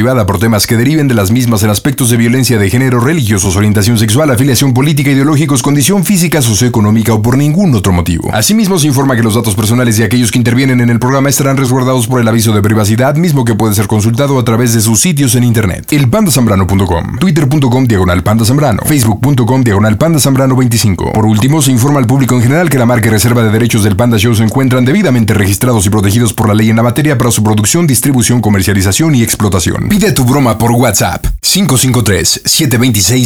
privada por temas que deriven de las mismas en aspectos de violencia de género, religiosos, orientación sexual, afiliación política, ideológicos, condición física, socioeconómica o por ningún otro motivo. Asimismo, se informa que los datos personales de aquellos que intervienen en el programa estarán resguardados por el aviso de privacidad, mismo que puede ser consultado a través de sus sitios en internet. El pandasambrano.com, twitter.com diagonal pandasambrano, facebook.com diagonal pandasambrano 25. Por último, se informa al público en general que la marca y reserva de derechos del Panda Show se encuentran debidamente registrados y protegidos por la ley en la materia para su producción, distribución, comercialización y explotación. Pide tu broma por WhatsApp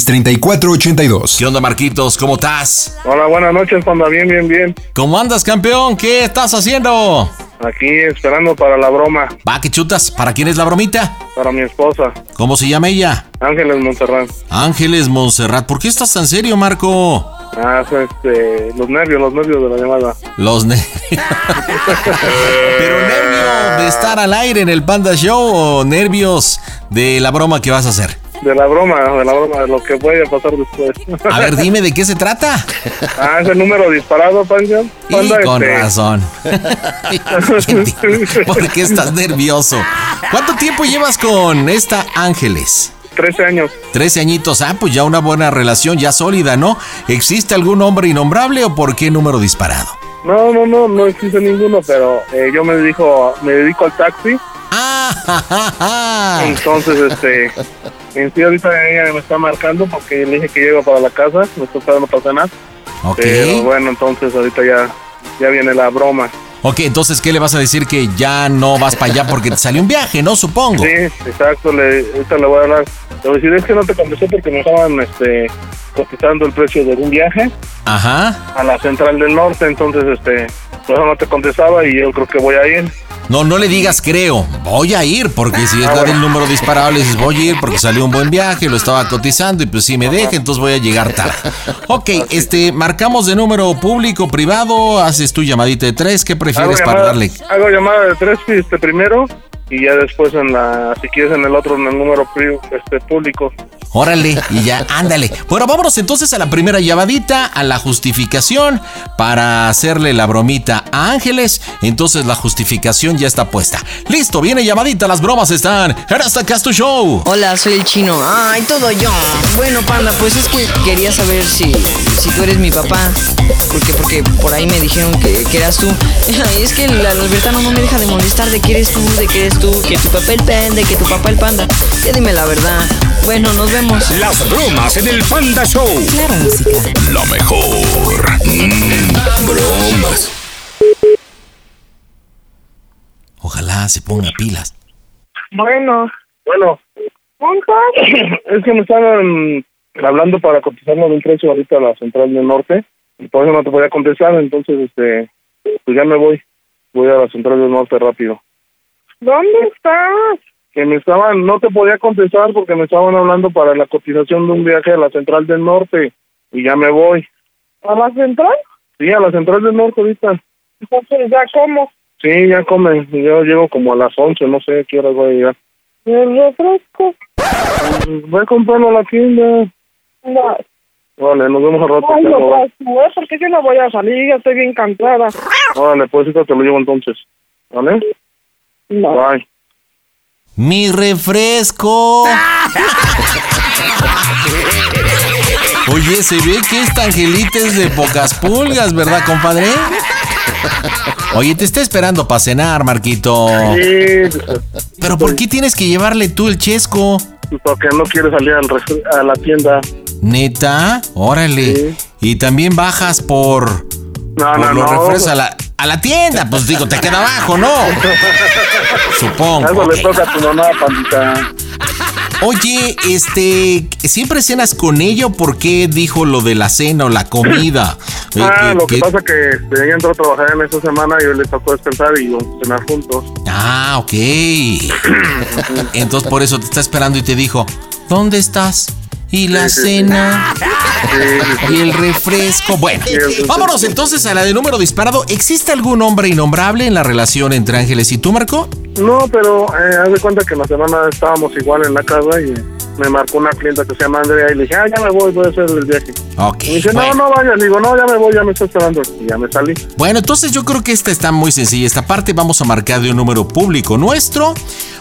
553-726-3482. ¿Qué onda, Marquitos? ¿Cómo estás? Hola, buenas noches, Panda. Bien, bien, bien. ¿Cómo andas, campeón? ¿Qué estás haciendo? Aquí esperando para la broma, Va, que chutas. ¿Para quién es la bromita? para mi esposa, ¿Cómo se llama ella? Ángeles Monterrán. Ángeles Monserrat. ¿Por qué estás tan serio, Marco? Ah, es, este, los nervios, los nervios de la llamada. Los nervios. ¿Pero nervio de estar al aire en el Panda Show o nervios de la broma que vas a hacer? De la broma, de la broma, de lo que puede pasar después. A ver, dime de qué se trata. ah, ese número disparado, Panda. Y Panda, con este, razón. ¿Por qué estás nervioso? ¿Cuánto tiempo llevas con esta Ángeles? 13 años. 13 añitos, ah, pues ya una buena relación, ya sólida, ¿no? ¿Existe algún hombre innombrable o por qué número disparado? No, no, no, no existe ninguno, pero eh, yo me dedico, me dedico al taxi. ¡Ah! ja, ja, ja! Entonces, este, en sí ahorita ella me está marcando porque le dije que llego para la casa, me está esperando para cenar. Ok. Pero bueno, entonces ahorita ya, ya viene la broma. Ok, entonces, ¿qué le vas a decir que ya no vas para allá porque te salió un viaje, ¿no? Supongo. Sí, exacto, le, ahorita le voy a hablar. Le voy a decir, es que no te contesté porque me estaban este, cotizando el precio de un viaje Ajá. a la central del norte, entonces este, por eso no te contestaba y yo creo que voy a ir. No, no le digas creo, voy a ir, porque si es la del número disparado, le dices voy a ir porque salió un buen viaje, lo estaba cotizando y pues si me deja, entonces voy a llegar tarde. Ok, este, marcamos de número público, privado, haces tu llamadita de tres, ¿qué prefieres para llamada, darle? hago llamada de tres este, primero y ya después en la, si quieres en el otro, en el número pri- este, público. Órale, y ya, ándale. Bueno, vámonos entonces a la primera llamadita, a la justificación, para hacerle la bromita a Ángeles. Entonces la justificación ya está puesta. Listo, viene llamadita, las bromas están. Ahora está Castu Show. Hola, soy el chino. Ay, todo yo. Bueno, panda, pues es que quería saber si, si tú eres mi papá. Porque, porque por ahí me dijeron que, que eras tú. Y es que la libertad no me deja de molestar de que eres tú, de que eres tú, que tu papá el pende, que tu papá el panda. Ya dime la verdad. Bueno, nos vemos. Las bromas en el Panda Show. Claro, música. Lo mejor. Mm. bromas. Ojalá se ponga pilas. Bueno, Bueno, ¿juntos? es que me estaban hablando para cotizarnos de un precio ahorita a la central del norte y por eso no te podía contestar, entonces este, pues ya me voy, voy a la central del norte rápido. ¿Dónde estás? que me estaban, no te podía contestar porque me estaban hablando para la cotización de un viaje a la Central del Norte y ya me voy. ¿A la central? Sí, a la Central del Norte ahorita. Entonces, ¿ya cómo? Sí, ya comen, yo llego como a las 11, no sé a qué horas voy a llegar. ¿El refresco? Pues, Voy a comprarlo a la tienda. No. Vale, nos vemos al rato. Ay, ya no, me voy. pues, no, porque yo no voy a salir, ya estoy bien cansada. Órale, pues ahorita te lo llevo entonces. ¿Vale? No. Bye. Mi refresco. Oye, se ve que esta angelita es de pocas pulgas, ¿verdad, compadre? Oye, te está esperando para cenar, Marquito. Sí, pues, Pero ¿por qué tienes que llevarle tú el chesco? porque no quiere salir al refri- a la tienda. Neta, órale. Y también bajas por, No, por no, los no. refrescos a la, a la tienda. Pues digo, te queda abajo, ¿no? Supongo. Algo ok. le toca a tu mamá, pandita. Oye, este, ¿siempre cenas con ella o por qué dijo lo de la cena o la comida? ¿Qué- Ah, qué- lo que qué- pasa que este, ella entró a trabajar en esa semana y yo le tocó descansar y íbamos a cenar juntos. Ah, ok. Entonces por eso te está esperando y te dijo, ¿dónde estás? Y la Sí, sí, sí. cena Sí, y el refresco. Bueno, vámonos entonces a la de número disparado. ¿Existe algún hombre innombrable en la relación entre Ángeles y tú, Marco? No, pero eh, haz de cuenta que en la semana estábamos igual en la casa y me marcó una clienta que se llama Andrea y le dije, ah, ya me voy, voy a hacer el viaje. Ok. Y dice, bueno. no, no vayas. Digo, no, ya me voy, ya me está esperando. Y ya me salí. Bueno, entonces yo creo que esta está muy sencilla. Esta parte vamos a marcar de un número público nuestro.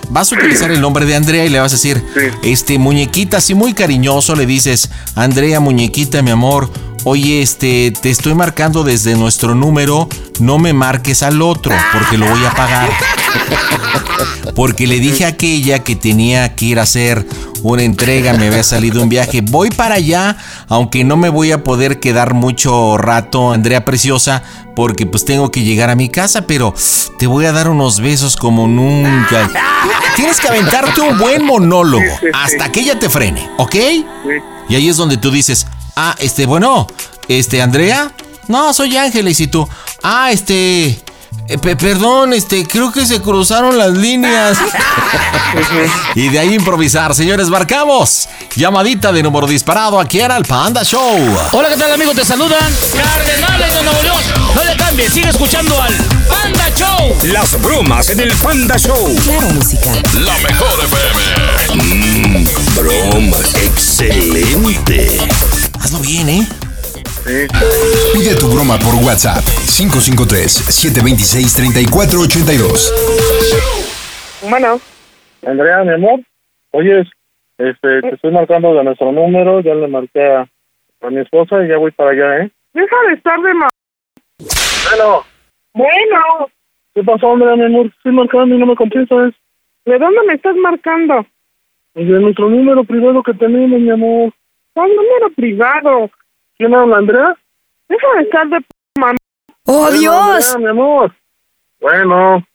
Vas a utilizar el nombre de Andrea y le vas a decir, Sí. este muñequita, así muy cariñoso, le dices, Andrea, muñequita, mi amor. Oye, este, te estoy marcando desde nuestro número, no me marques al otro, porque lo voy a pagar. Porque le dije a aquella que tenía que ir a hacer una entrega, me había salido un viaje. Voy para allá, aunque no me voy a poder quedar mucho rato, Andrea Preciosa, porque pues tengo que llegar a mi casa, pero te voy a dar unos besos como nunca. Tienes que aventarte un buen monólogo Sí, sí, sí. hasta que ella te frene, ¿ok? Sí. Y ahí es donde tú dices, ah, este, bueno, este, Andrea, no, soy Ángeles y tú, ah, este, eh, pe- perdón, este, creo que se cruzaron las líneas. y de ahí improvisar, señores, marcamos. Llamadita de número disparado aquí era el Panda Show. Hola, ¿qué tal amigos? Te saludan Cardenales de Nuevo León. No le cambies, sigue escuchando al Panda Show. Las bromas en el Panda Show. Claro, música. La mejor FM. bromas. Excelente. Hazlo bien, ¿eh? Pide tu broma por WhatsApp 553-726-3482. Bueno, Andrea, mi amor, oye, es- este, te estoy marcando de nuestro número, ya le marqué a, a mi esposa y ya voy para allá, ¿eh? deja de estar de ma... Bueno, Bueno, ¿qué pasó, Andrea, mi amor? Estoy marcando y no me contestas. ¿de dónde me estás marcando? Es de nuestro número privado que tenemos, mi amor. Son número privado. ¿Quién habla, Andrea? Deja de estar de p... mamá. ¡Oh, Bueno, Dios! Andrea, mi amor. Bueno,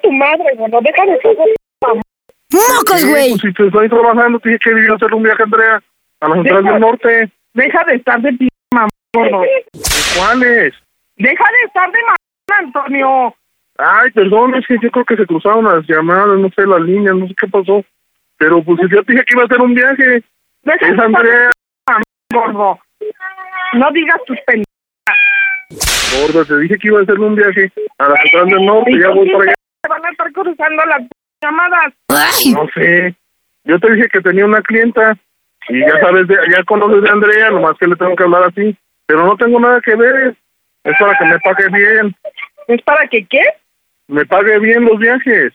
Tu madre, bueno, deja de estar de p... mamá. ¡Mocos, sí, güey! pues, si te estoy trabajando, tienes que ir a hacer un viaje, Andrea, a las centrales del norte. Deja de estar de p... mamá, gordo. ¿Cuáles? Deja de estar de mamá, Antonio. Ay, perdón, es que yo creo que se cruzaron las llamadas, no sé, las líneas, no sé qué pasó. Pero pues yo te dije que iba a hacer un viaje. Deja Es de estar de Andrea. p... gordo. No digas tus pen... Gordo, te dije que iba a hacer un viaje a la central del norte, ¿Y ya con voy quién para allá. te van a estar cruzando las p... llamadas? ¡Ay! No sé. Yo te dije que tenía una clienta y ya sabes, de- ya conoces a Andrea, nomás que le tengo que hablar así. Pero no tengo nada que ver. Es para que me pague bien. ¿Es para que qué? Me pague bien los viajes.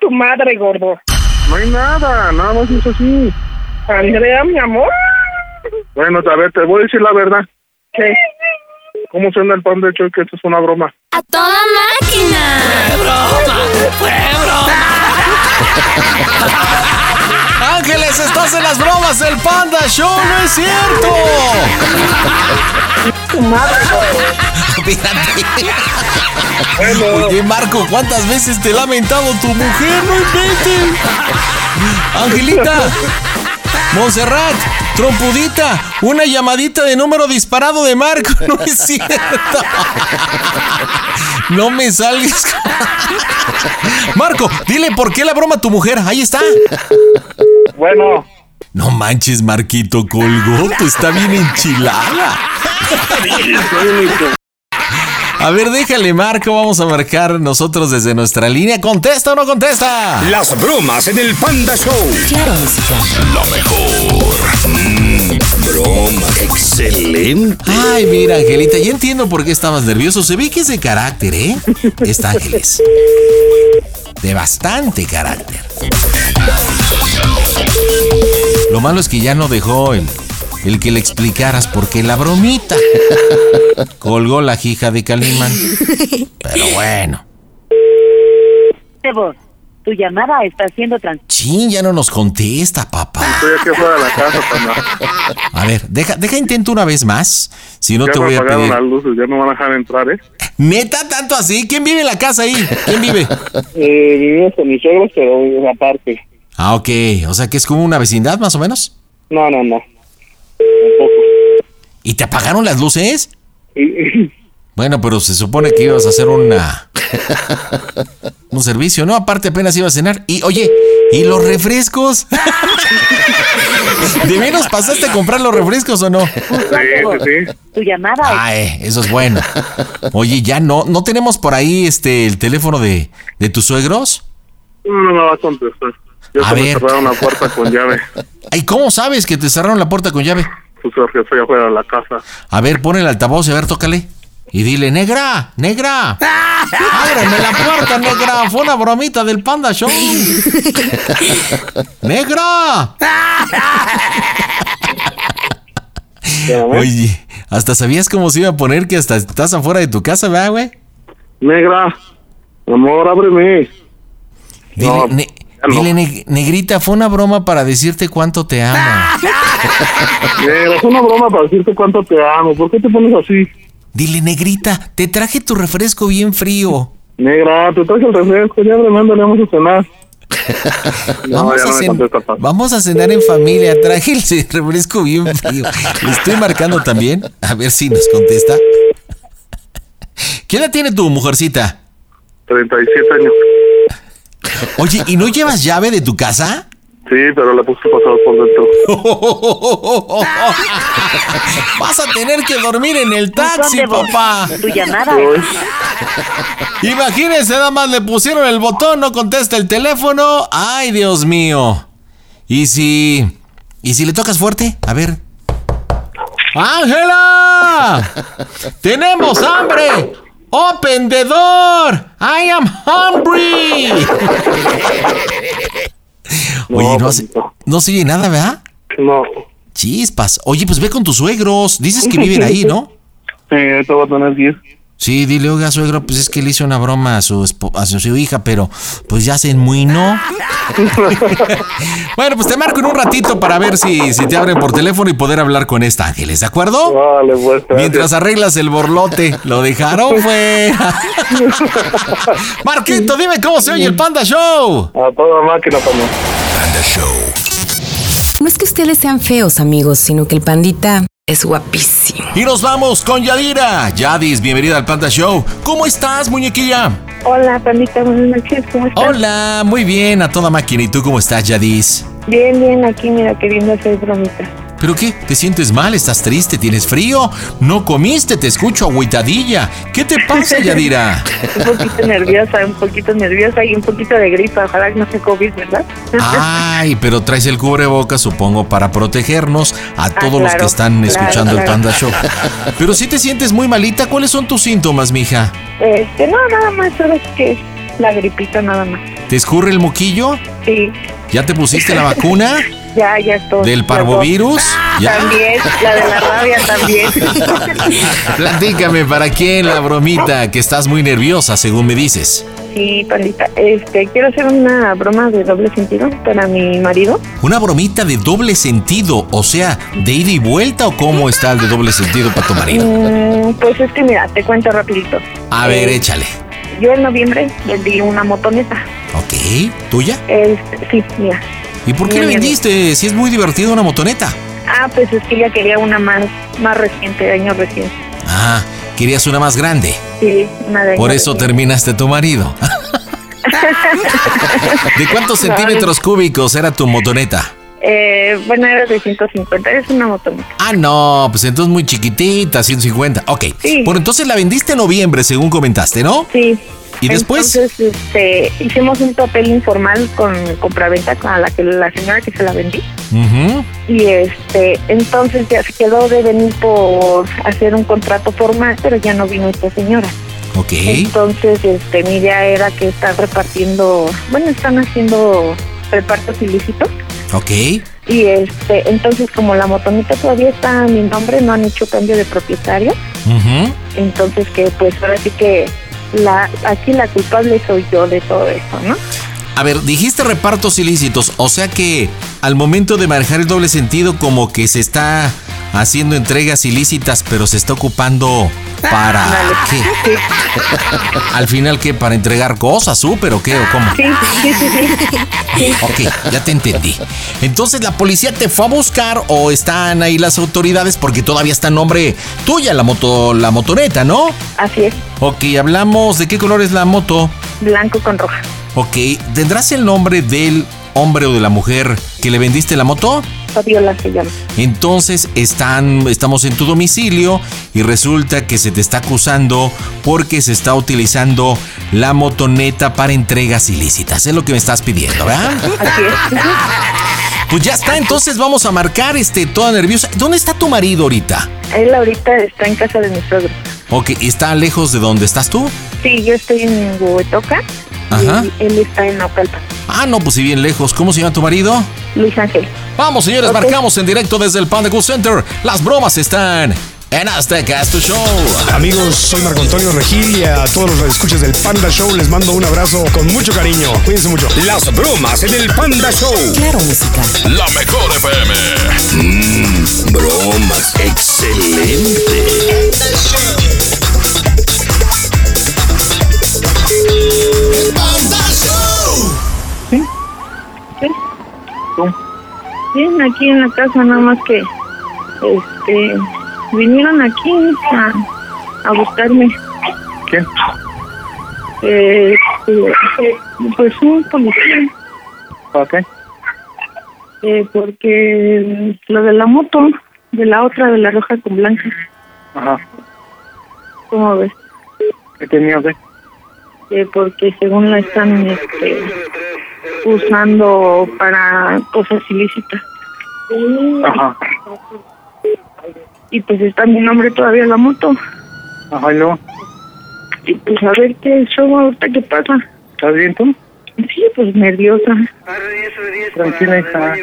Tu madre, gordo. No hay nada, nada más es así. Andrea, mi amor. Bueno, a ver, te voy a decir la verdad. ¿Qué? ¿Cómo suena el pan de choque? Esto es una broma. A toda máquina. Ángeles, estás en las bromas del Panda Show, no es cierto. Fíjate. Oye, Marco, ¿cuántas veces te ha lamentado tu mujer? No inventes. Angelita, Montserrat, trompudita, una llamadita de número disparado de Marco, no es cierto. No me salgas. con- Marco, dile por qué la broma a tu mujer, ahí está. Bueno, No manches, Marquito, colgó, tú está bien enchilada. A ver, déjale, Marco, vamos a marcar nosotros desde nuestra línea. ¿Contesta o no contesta? Las bromas en el Panda Show. Claro, música. La mejor. Mm. bromas. Excelente. Ay, mira, Angelita, ya entiendo por qué estabas nervioso. Se ve que es de carácter, ¿eh? Está Ángeles. De bastante carácter. Lo malo es que ya no dejó el, el que le explicaras por qué la bromita. Colgó la hija de Calimán. Pero bueno. de voz. Tu llamada está siendo trans. Chin, ya no nos contesta, papá. estoy aquí afuera de la casa, pana. A ver, deja, deja intento una vez más. Si no ya te voy me a apagaron pedir. las luces, ya no me van a dejar entrar, ¿eh? Neta, tanto así. ¿Quién vive en la casa ahí? ¿Quién vive? eh vivimos con mis suegros, pero aparte. Ah, ok. O sea que es como una vecindad, más o menos. No, no, no. ¿Y te apagaron las luces? Y- y- Bueno, pero se supone que ibas a hacer una un servicio, ¿no? Aparte apenas iba a cenar. Y oye, ¿y los refrescos? ¿De menos pasaste a comprar los refrescos o no? sí, sí, sí. Tu llamada Ay, eso es bueno. Oye, ya no, ¿no tenemos por ahí este el teléfono de, de tus suegros? No me va a contestar. Yo A se me ver. cerraron la puerta con llave. Ay, ¿cómo sabes que te cerraron la puerta con llave? Pues porque estoy afuera de la casa. A ver, pon el altavoz y a ver, tócale. Y dile, negra, negra, ábreme la puerta, negra. Fue una bromita del Panda Show. ¡Negra! Oye, hasta sabías cómo se iba a poner que hasta estás afuera de tu casa, ¿verdad, güey? Negra, amor, ábreme. Dile, No, ne- ya no. dile, neg- negrita, fue una broma para decirte cuánto te amo. Negra, es una broma para decirte cuánto te amo. ¿Por qué te pones así? Dile, negrita, te traje tu refresco bien frío. Negra, te traje el refresco. Ya, Bremendo, le vamos a cenar. No, Vamos, ya a no me cen- contesta, pa. vamos a cenar en familia. Traje el refresco bien frío. Le estoy marcando también. A ver si nos contesta. ¿Qué edad tiene tu mujercita? 37 años. Oye, ¿y no llevas llave de tu casa? Sí, pero le puse pasado por dentro. Vas a tener que dormir en el taxi, de voz. papá. Tu llamada Pero, Imagínense, nada más le pusieron el botón, no contesta el teléfono. Ay, Dios mío. ¿Y si... ¿Y si le tocas fuerte? A ver. ¡Ángela! ¡Tenemos hambre! ¡Open the door! ¡I am hungry! Oye, no se, no se oye nada, ¿verdad? No. Chispas. Oye, pues ve con tus suegros. Dices que viven ahí, ¿no? Sí, ahorita voy a tener 10. Sí, dile, oiga, suegro, pues es que le hice una broma a su, espo- a su, su hija, pero pues ya se enmuinó. bueno, pues te marco en un ratito para ver si, si te abren por teléfono y poder hablar con esta Ángeles, ¿de acuerdo? Vale, pues. gracias. Mientras arreglas el borlote, lo dejaron fuera. Marquito, dime cómo se oye el Panda Show. A toda máquina, también. No es que ustedes sean feos, amigos, sino que el pandita es guapísimo. Y nos vamos con Yadira. Yadis, bienvenida al Panda Show. ¿Cómo estás, muñequilla? Hola, pandita, buenas noches, ¿cómo estás? Hola, muy bien, a toda máquina. ¿Y tú cómo estás, Yadis? Bien, bien, aquí, mira, queriendo hacer bromitas. ¿Pero qué? ¿Te sientes mal? ¿Estás triste? ¿Tienes frío? ¿No comiste? Te escucho agüitadilla. ¿Qué te pasa, Yadira? Un poquito nerviosa, un poquito nerviosa y un poquito de gripa, ojalá que no sea COVID, ¿verdad? Ay, pero traes el cubrebocas, supongo, para protegernos a todos los que Ah, claro, están claro, escuchando el claro. Panda Show. Pero si te sientes muy malita, ¿cuáles son tus síntomas, mija? Este, no, nada más, sabes que es la gripita nada más. ¿Te escurre el moquillo? Sí, ¿Ya te pusiste la vacuna ya, ya estoy. del parvovirus? ¿Ya? Ah, También, la de la rabia también. Platícame, ¿para quién la bromita? Que estás muy nerviosa, según me dices. sí, pandita, este, quiero hacer una broma de doble sentido para mi marido. ¿Una bromita de doble sentido? O sea, ¿de ida y vuelta o cómo está el de doble sentido para tu marido? Mm, pues es que mira, te cuento rapidito. A ver, échale. Yo en noviembre vendí una motoneta. Ok, ¿tuya? Este, sí, mira. ¿Y por qué Mía, la mía, vendiste? Si es muy divertido una motoneta. Ah, pues es que ella quería una más, más reciente, de año reciente. Ah, querías una más grande. Sí, una de año Por eso reciente. terminaste tu marido. ¿De cuántos No, centímetros cúbicos era tu motoneta? Eh, bueno, era de 150, es una motoneta. Ah, no, pues entonces muy chiquitita, 150. Ok. Sí. Bueno, entonces la vendiste en noviembre, según comentaste, ¿no? Sí. ¿Y después? Entonces, este, hicimos un papel informal con compraventa con la, que, la señora que se la vendí. Ujú. Y este, entonces ya se quedó de venir por hacer un contrato formal, pero ya no vino esta señora. Ok. Entonces, este, mi idea era que están repartiendo, bueno, están haciendo repartos ilícitos. Ok. Y este, entonces como la motoneta todavía está a mi nombre, no han hecho cambio de propietario, Ujú. entonces que pues ahora sí que la aquí la culpable soy yo de todo esto, ¿no? A ver, dijiste repartos ilícitos, o sea que al momento de manejar el doble sentido como que se está haciendo entregas ilícitas, pero se está ocupando para Ah, qué? Al final qué, para entregar cosas, súper o qué o cómo. Sí, sí, sí, sí. sí. Ok, ya te entendí. Entonces la policía te fue a buscar o están ahí las autoridades porque todavía está en nombre tuya la moto, la motoneta, ¿no? Así es, Ok, hablamos de qué color es la moto. blanco con roja. Ok, ¿tendrás el nombre del hombre o de la mujer que le vendiste la moto? Fabiola se llama. Entonces están, estamos en tu domicilio y resulta que se te está acusando porque se está utilizando la motoneta para entregas ilícitas. Es lo que me estás pidiendo, ¿verdad? Así es. Pues ya está, entonces vamos a marcar este toda nerviosa. ¿Dónde está tu marido ahorita? Él ahorita está en casa de mi suegro. Ok, ¿está lejos de donde estás tú? Sí, yo estoy en Huehuetoca Ajá. y él está en Naucalpan. Ah, no, pues si bien lejos. ¿Cómo se llama tu marido? Luis Ángel. Vamos, señores, marcamos en directo desde el Panda Cool Center. Las bromas están en Azteca, es tu show. Amigos, soy Marco Antonio Regil y a todos los escuchas del Panda Show les mando un abrazo con mucho cariño. Cuídense mucho. Las bromas en el Panda Show. Claro, música. La mejor FM. Mmm, bromas. Excelente. Bien, aquí en la casa, nada más que este, vinieron aquí a, a buscarme. ¿Quién? Eh, este, pues un policía, ¿Para qué? eh, porque mm, lo de la moto, de la otra, de la roja con blanca, Ajá. ¿cómo ves? ¿Qué tenía o qué? Eh, porque según la están este, usando para cosas ilícitas. Ajá. Y pues está mi nombre todavía en la moto. Ajá, ¿y luego? Y pues a ver qué show ahorita qué pasa. ¿Estás bien tú? Sí, pues nerviosa. Tranquila, hija.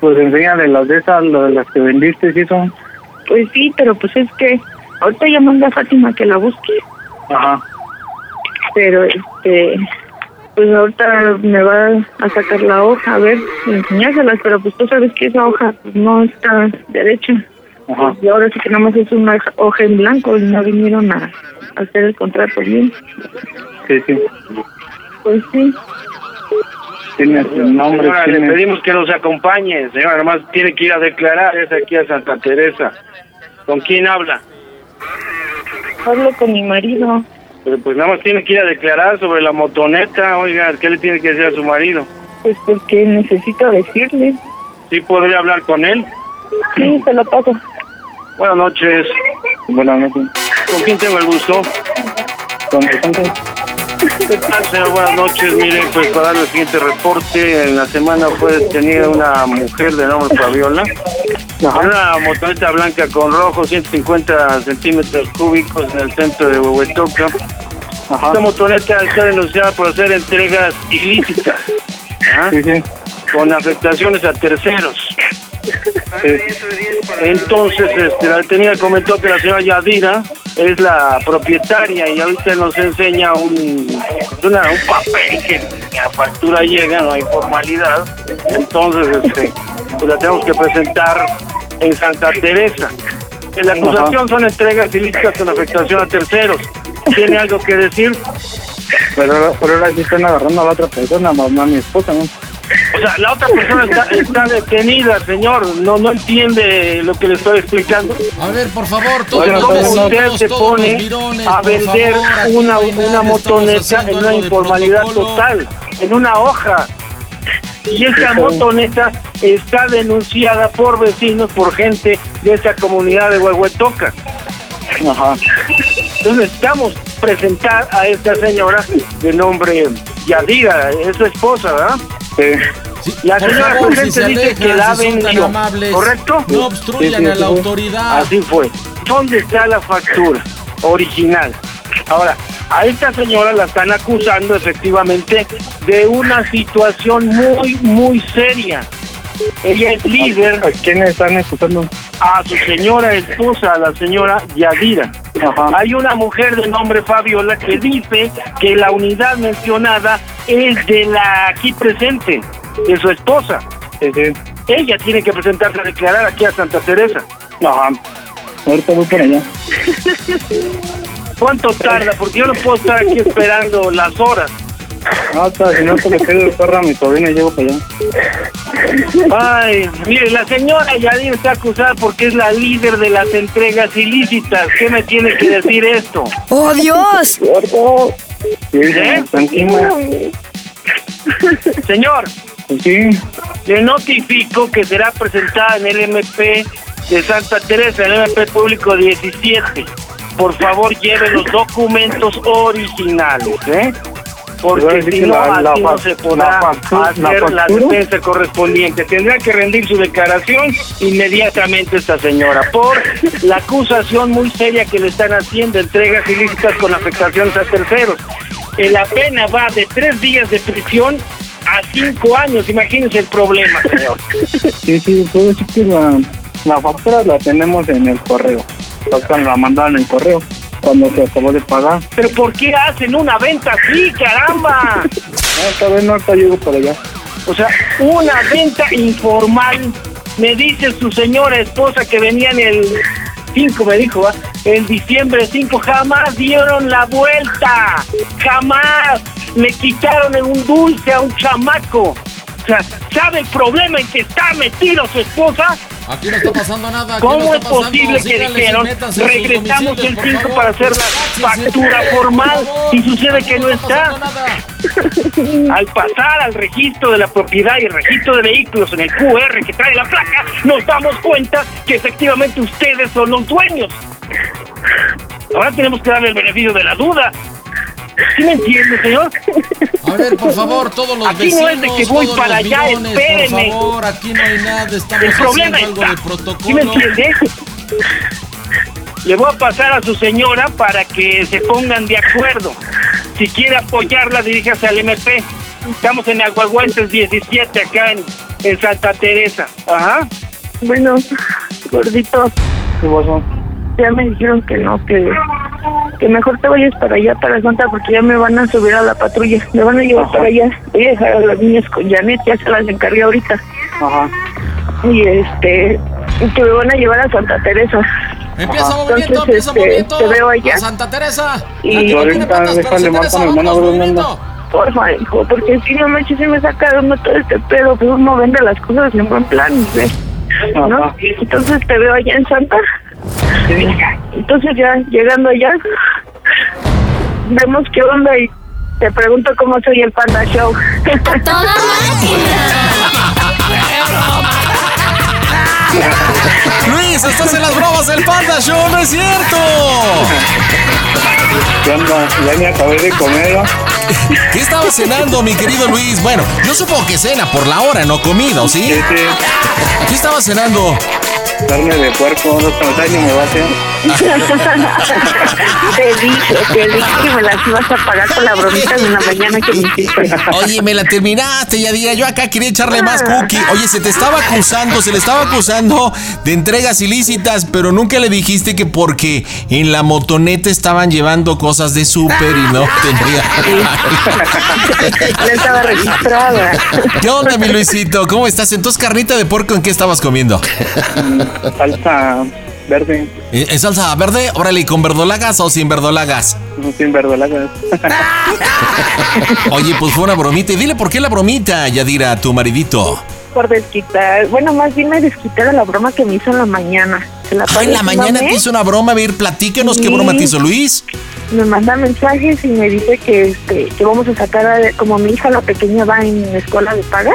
Pues enséñale las de esas, lo de las que vendiste, ¿sí son? Pues sí, pero pues es que ahorita ya manda a Fátima que la busque, Ajá. pero este pues ahorita me va a sacar la hoja, a ver, enseñárselas, pero pues tú sabes que esa hoja pues, no está derecha. Ajá. Y ahora sí que nada más es una hoja en blanco, y no vinieron a, a hacer el contrato bien. Sí, sí. Pues sí, Tienes el nombre, Señora, le tienes... pedimos que nos acompañe. Señora, nomás tiene que ir a declarar. Es aquí a Santa Teresa. ¿Con quién habla? hablo con mi marido. Pero, pues nada más tiene que ir a declarar sobre la motoneta. Oiga, ¿qué le tiene que decir a su marido? Pues porque necesito decirle. ¿Sí podría hablar con él? Sí, se lo paso. Buenas noches. Buenas noches. ¿Con quién tengo el gusto? ¿Con el Santos? ¿Qué tal, señor? Buenas noches. Mire, pues para darle el siguiente reporte, en la semana fue detenida una mujer de nombre Fabiola. Una motoneta blanca con rojo, 150 centímetros cúbicos en el centro de Huehuetoca. Esta motoneta está denunciada por hacer entregas ilícitas, ¿ah? Sí, sí. con afectaciones a terceros. Eh, Entonces, este, la detenida comentó que la señora Yadira es la propietaria y ahorita nos enseña un, una- un papel que la factura llega, no hay formalidad. Entonces, este, pues la tenemos que presentar en Santa Teresa. La acusación son entregas ilícitas con afectación a terceros. ¿Tiene algo que decir? Pero, ahora- pero ahora sí están agarrando a la otra persona, más no a mi esposa, ¿no? O sea, la otra persona está, está detenida, señor. No, no entiende lo que le estoy explicando. A ver, por favor, todos Bueno, los ¿Cómo vecinos, usted se todos los pone mirones, a por vender favor, aquí una, no hay nada, una estamos motoneta haciendo en una algo de informalidad protocolo? total, en una hoja? Y esta motoneta está denunciada por vecinos, por gente de esa comunidad de Huehuetoca. Ajá. Entonces necesitamos presentar a esta señora de nombre Yadira, es su esposa, ¿verdad? La Por señora favor, Cogente si se dice alejan, que la ha si son tan vendido, amables, ¿correcto? No obstruyan Sí, sí, a la sí. autoridad. Así fue. ¿Dónde está la factura original? Ahora, a esta señora la están acusando efectivamente de una situación muy, muy seria. Ella es líder ¿A quién están escuchando? a su señora esposa, a la señora Yadira. Hay una mujer de nombre Fabiola que dice que la unidad mencionada es de la aquí presente, de su esposa. Sí, sí. Ella tiene que presentarse a declarar aquí a Santa Teresa. No, ahorita voy para allá. ¿Cuánto tarda? Porque yo no puedo estar aquí esperando las horas. No, o sea, si no se le queda el perro a mi sobrina, llego para allá. Ay, mire, la señora Yadir está acusada porque es la líder de las entregas ilícitas. ¿Qué me tiene que decir esto? ¡Oh, Dios! ¿Eh? Señor, Pues le notifico que será presentada en el MP de Santa Teresa, el MP Público 17. Por favor, lleve los documentos originales, Te ¿eh? voy a Porque decir si que no, la- la así no fac- se podrá la factu- hacer la la factura. defensa correspondiente. Tendrá que rendir su declaración inmediatamente esta señora por la acusación muy seria que le están haciendo, entregas ilícitas con afectaciones a terceros. Eh, La pena va de tres días de prisión a cinco años. Imagínense el problema, señor. Sí, sí, puedo decir que la, la factura la tenemos en el correo. O sea, la mandaron en el correo cuando se acabó de pagar. ¿Pero por qué hacen una venta así, caramba? No, esta vez no, hasta llego para allá. O sea, una venta informal. Me dice su señora esposa que venían el 5, me dijo, ¿va? el diciembre 5, jamás dieron la vuelta. Jamás. Le quitaron en un dulce a un chamaco. O sea, ¿sabe el problema en que está metido su esposa? Aquí no está pasando nada. aquí ¿Cómo no es está pasando? posible que Síganle, dijeron métanse a sus regresamos el domicilios, por 5 favor"? para hacer la factura formal y sucede que no está? Al pasar al registro de la propiedad y el registro de vehículos en el QR que trae la placa, nos damos cuenta que efectivamente ustedes son los dueños. Ahora tenemos que darle el beneficio de la duda. ¿Sí me entiende, señor? A ver, por favor, todos los Aquí no es de que vecinos, voy todos para los allá, bidones, espérenme. Por favor, aquí no hay nada. Estamos El problema haciendo está. algo de protocolo. ¿Sí me entiende? Le voy a pasar a su señora para que se pongan de acuerdo. Si quiere apoyarla, diríjase al MP. Estamos en Aguaguantes 17, acá en, en Santa Teresa. Ajá. Bueno, gordito. ¿Qué pasó? Ya me dijeron que no, que, que mejor te vayas para allá, para Santa, porque ya me van a subir a la patrulla. Me van a llevar para allá. Voy a dejar a las niñas con Janet, ya se las encargué ahorita. Ajá. Y este, y que me van a llevar a Santa Teresa. Empieza Ajá. movimiento, Entonces, empieza este, movimiento. Te veo allá. A Santa Teresa. Y- Aquí no tiene Ahorita patas, pero déjale, se marco a mi Teresa, hermano, vamos, voy movimiento. Porfa, hijo, porque si no manches, se me saca de onda todo este pedo, que uno vende las cosas en buen plan, ¿ves? ¿no? Entonces te veo allá en Santa. Entonces ya, llegando allá, vemos qué onda y te pregunto cómo soy el Panda Show. Toda Luis, estás en las bromas del Panda Show, no es cierto. Ya, anda, ya me acabé de comer. ¿no? ¿Qué estaba cenando, mi querido Luis? Bueno, yo supongo que cena por la hora, no comida, ¿o sí? ¿Qué estaba cenando? Carne de puerco, unos años me va a hacer. te dije, te dije que me las ibas a pagar con la bromita de una mañana que me hiciste. Oye, me la terminaste, Yadira. Yo acá quería echarle más cookie. Oye, se te estaba acusando, se le estaba acusando de entregas ilícitas, pero nunca le dijiste que porque en la motoneta estaban llevando cosas de súper y no tenía. No estaba registrada. ¿Qué onda, mi Luisito? ¿Cómo estás? Entonces, carnita de puerco, ¿en qué estabas comiendo? Salsa verde, ¿En en salsa verde? Órale, ¿con verdolagas o sin verdolagas? Pues, sin verdolagas. Oye, pues fue una bromita. Y dile por qué la bromita, Yadira, a tu maridito. Por desquitar, bueno, más bien me desquitaron la broma que me hizo en la mañana. Se la Ah, en la pagué, mañana ¿no, te eh? hizo una broma. A ver, platícanos qué Sí. broma te hizo Luis. Me manda mensajes y me dice que este que vamos a sacar, a- como mi hija la pequeña va en escuela de paga,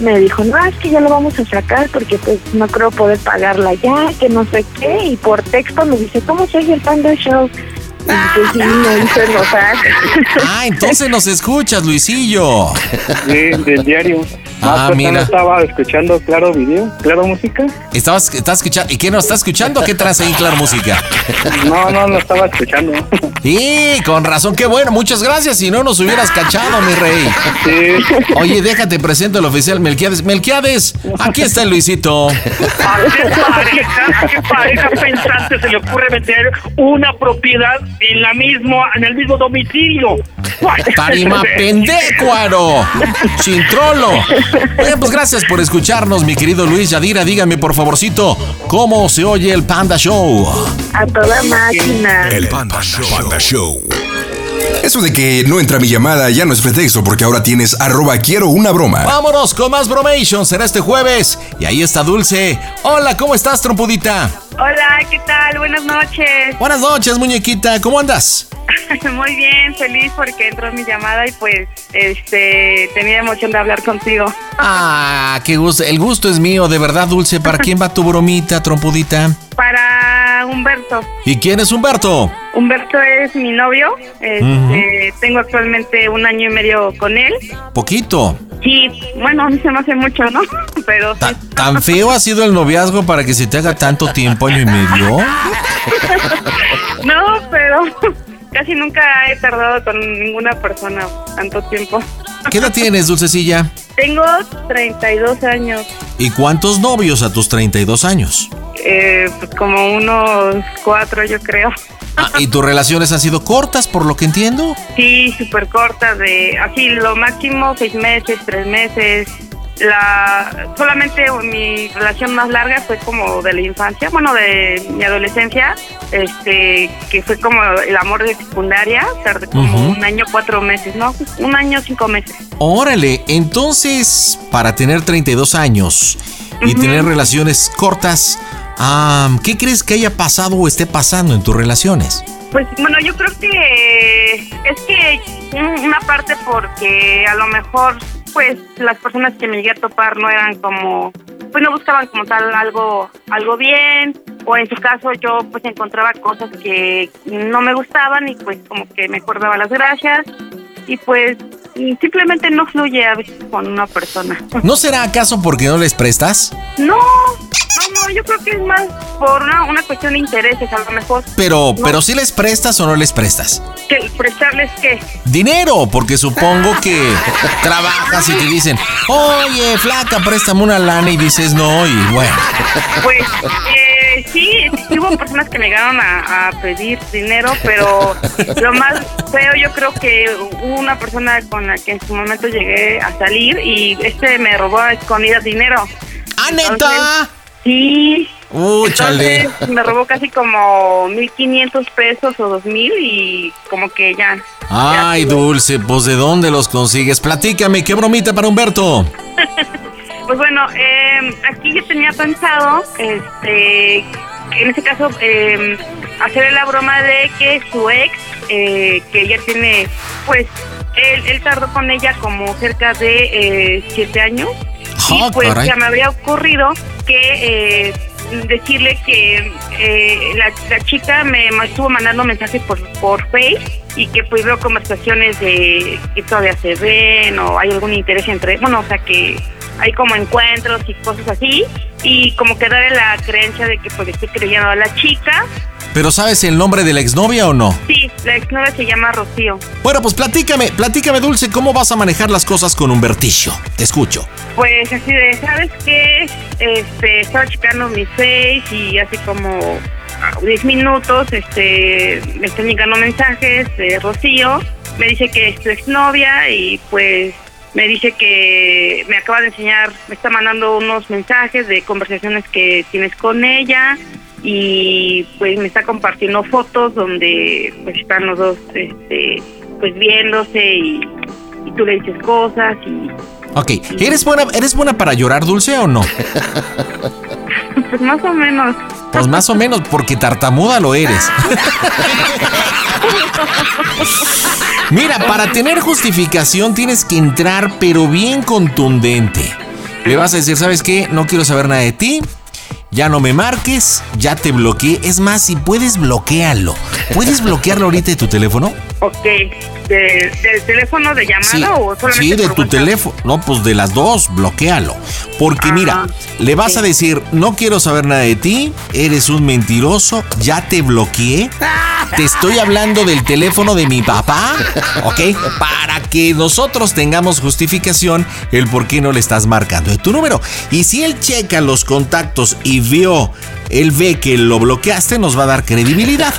me dijo, no, es que ya lo vamos a sacar porque pues no creo poder pagarla ya, que no sé qué. Y por texto me dice, ¿cómo soy el Panda Show? Y que sí, me hizo enojar. Ah, entonces nos escuchas, Luisillo. Sí, del diario. Ah, pues, mira. no estaba escuchando Claro Video, Claro Música. Estabas, estás escuchando. ¿Y qué no estás escuchando? ¿Qué traes ahí, Claro Música? No, no, no estaba escuchando. Y con razón, qué bueno. Muchas gracias. Si no nos hubieras cachado, mi rey. Oye, déjate presento al oficial Melquiades. Melquiades, aquí está el Luisito. ¿A qué pareja, a qué pareja pensante se le ocurre meter una propiedad en la mismo, en el mismo domicilio? Tarima pendecuaro. Chintrolo. Bueno, pues gracias por escucharnos, mi querido Luis Yadira. Dígame, por favorcito, ¿cómo se oye el Panda Show? A toda máquina. El Panda Show. Panda Show. Eso de que no entra mi llamada ya no es pretexto porque ahora tienes arroba quiero una broma. Vámonos con más Bromation. Será este jueves. Y ahí está Dulce. Hola, ¿cómo estás, trompudita? Hola, ¿qué tal? Buenas noches. Buenas noches, muñequita. ¿Cómo andas? Muy bien, feliz porque entró mi llamada y pues este tenía emoción de hablar contigo. Ah, qué gusto. El gusto es mío, de verdad, Dulce. ¿Para quién va tu bromita, trompudita? Para Humberto. ¿Y quién es Humberto? Humberto es mi novio. Este, Tengo actualmente un año y medio con él. Poquito. Sí, bueno, a mí se me hace mucho, ¿no? Pero sí. ¿Tan feo ha sido el noviazgo para que se te haga tanto tiempo, año y medio? No, pero casi nunca he tardado con ninguna persona tanto tiempo. ¿Qué edad tienes, Dulcecilla? Tengo 32 años, ¿Y cuántos novios a tus 32 años? eh, pues como unos cuatro yo creo. Ah, ¿Y tus relaciones han sido cortas, por lo que entiendo? Sí, súper corta, de así lo máximo seis meses, tres meses. La, solamente mi relación más larga fue como de la infancia, bueno, de mi adolescencia, este, que fue como el amor de secundaria, tardé como Ujú. un año, cuatro meses, ¿no? Un año, cinco meses. Órale, entonces, para tener 32 años y tener relaciones cortas, am, ¿qué crees que haya pasado o esté pasando en tus relaciones? Pues bueno, yo creo que es que un- una parte porque a lo mejor pues las personas que me llegué a topar no eran como pues no buscaban como tal algo algo bien o en su caso yo pues encontraba cosas que no me gustaban y pues como que mejor daba las gracias y pues simplemente no fluye a veces con una persona. ¿No será acaso porque no les prestas? No, no, no, yo creo que es más por una, una cuestión de intereses a lo mejor. Pero, No. pero si les prestas o no les prestas. Que prestarles que Dinero, porque supongo que trabajas y te dicen, oye, flaca, préstame una lana y dices no, y bueno. Pues eh, sí, sí hubo personas que me llegaron a, a pedir dinero, pero lo más feo yo creo que hubo una persona con la que en su momento llegué a salir y este me robó a escondidas dinero. ¡Ah, neta! Sí. Uh, chale. Entonces, me robó casi como 1.500 pesos o 2.000 y como que ya. Ay, Dulce, pues ¿de dónde los consigues? Platícame, ¿qué bromita para Humberto? Pues bueno, eh, aquí yo tenía pensado, este, que en este caso, eh, hacerle la broma de que su ex, eh, que ella tiene, pues, él, él tardó con ella como cerca de eh, siete años. Ah, y pues caray. ya me habría ocurrido que eh, decirle que eh, la, la chica me ma- estuvo mandando mensajes por, por Face y que pues veo conversaciones de que todavía se ven o hay algún interés entre, bueno, o sea que hay como encuentros y cosas así y como que darle la creencia de que pues le estoy creyendo a la chica. ¿Pero sabes el nombre de la exnovia o no? Sí, la exnovia se llama Rocío. Bueno, pues platícame, platícame, Dulce, ¿cómo vas a manejar las cosas con Humbertillo? Te escucho. Pues así de, ¿sabes qué? Este, estaba checando mi face y hace como 10 minutos este, me están llegando mensajes de Rocío. Me dice que es tu exnovia y pues me dice que me acaba de enseñar, me está mandando unos mensajes de conversaciones que tienes con ella y pues me está compartiendo fotos donde pues están los dos este, pues viéndose y, y tú le dices cosas y Ok, ¿eres buena, ¿eres buena para llorar, Dulce, o no? Pues más o menos. Pues más o menos, porque tartamuda lo eres. Mira, para tener justificación tienes que entrar, pero bien contundente. Le vas a decir, ¿sabes qué? No quiero saber nada de ti. Ya no me marques, ya te bloqueé. Es más, si puedes, bloquearlo. ¿Puedes bloquearlo ahorita de tu teléfono? Ok, ¿De- ¿del teléfono de llamada Sí, o solamente? sí, de por tu WhatsApp? teléfono. No, pues de las dos, bloquealo. Porque mira, le vas a decir, no quiero saber nada de ti, eres un mentiroso, ya te bloqueé. Te estoy hablando del teléfono de mi papá, ¿ok? Para que nosotros tengamos justificación el por qué no le estás marcando de tu número. Y si él checa los contactos y vio él ve que lo bloqueaste, nos va a dar credibilidad.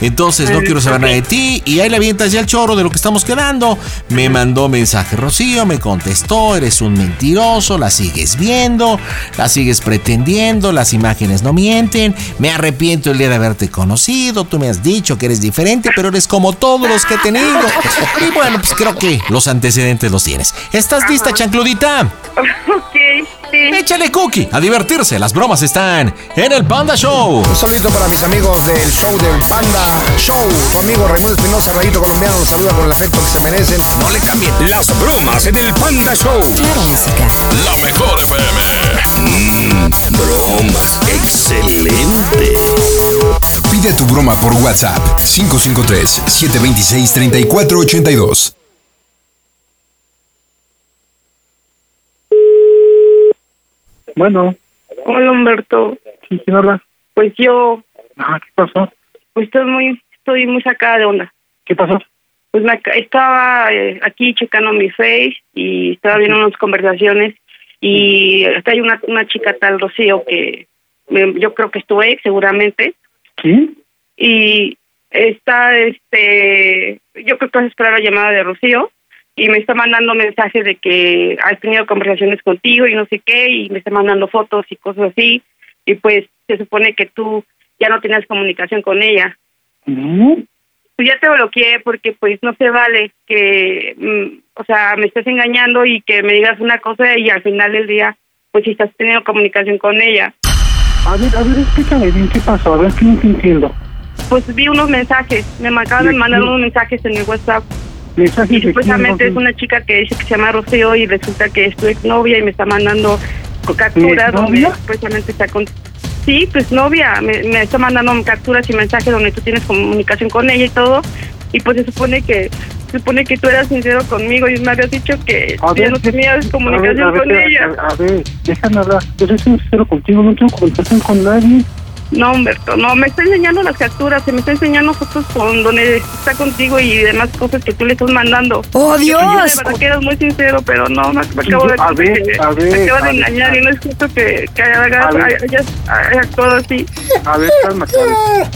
Entonces, no quiero saber nada de ti. Y ahí le avientas ya el choro de lo que estamos quedando. Me mandó mensaje Rocío, me contestó, eres un mentiroso, la sigues viendo, la sigues pretendiendo, las imágenes no mienten. Me arrepiento el día de haberte conocido, tú me has dicho que eres diferente, pero eres como todos los que he tenido. Y bueno, pues creo que los antecedentes los tienes. ¿Estás lista, chancludita? Ok, sí. Échale cookie, a divertirse. Las bromas están en el Panda Show. Un saludito para mis amigos del show del Panda Show. Tu amigo Raimundo Espinosa, Rayito Colombiano, los saluda con el afecto que se merecen. No le cambien las bromas en el Panda Show. Claro, música. La mejor FM. bromas, excelente. Pide tu broma por WhatsApp 553-726-3482. Bueno, Hola Humberto, sí, ¿quién habla? pues yo, Ah, ¿qué pasó? pues estoy muy, estoy muy sacada de onda. ¿Qué pasó? Pues me ac- estaba eh, aquí checando mi face y estaba viendo unas conversaciones y hasta hay una, una chica tal Rocío que me- yo creo que es tu ex seguramente ¿Sí? y está este yo creo que vas a esperar la llamada de Rocío y me está mandando mensajes de que has tenido conversaciones contigo y no sé qué y me está mandando fotos y cosas así y pues se supone que tú ya no tenías comunicación con ella pues ya te bloqueé porque pues no se vale que, mm, o sea, me estés engañando y que me digas una cosa y al final del día, pues si estás teniendo comunicación con ella. A ver, a ver, explícame bien qué pasó, a ver, que no te entiendo. Pues vi unos mensajes, me acaban de Sí, mandar sí. unos mensajes en el WhatsApp Mensajes y de quién, supuestamente no- es una chica que dice que se llama Rocío y resulta que es tu exnovia y me está mandando co- capturas donde ¿Exnovia? supuestamente está con... Sí, pues novia, me, me está mandando capturas y mensajes donde tú tienes comunicación con ella y todo y pues se supone que se supone que tú eras sincero conmigo y me habías dicho que A ya ver, no ¿qué- tenías a ver, a comunicación ver, con a- ella. A, a ver, déjame hablar. Yo soy sincero contigo, no tengo comunicación con nadie. No, Humberto, no, me está enseñando las capturas, se me está enseñando fotos con donde está contigo y demás cosas que tú le estás mandando. ¡Oh, Yo Dios! pensé de verdad que eras muy sincero, pero no, me, me acabo de... A ver, me- a ver, me acabo de a ver, engañar a- y no es justo que, que A hagas ver. hayas- hayas actuado así. A ver, calma,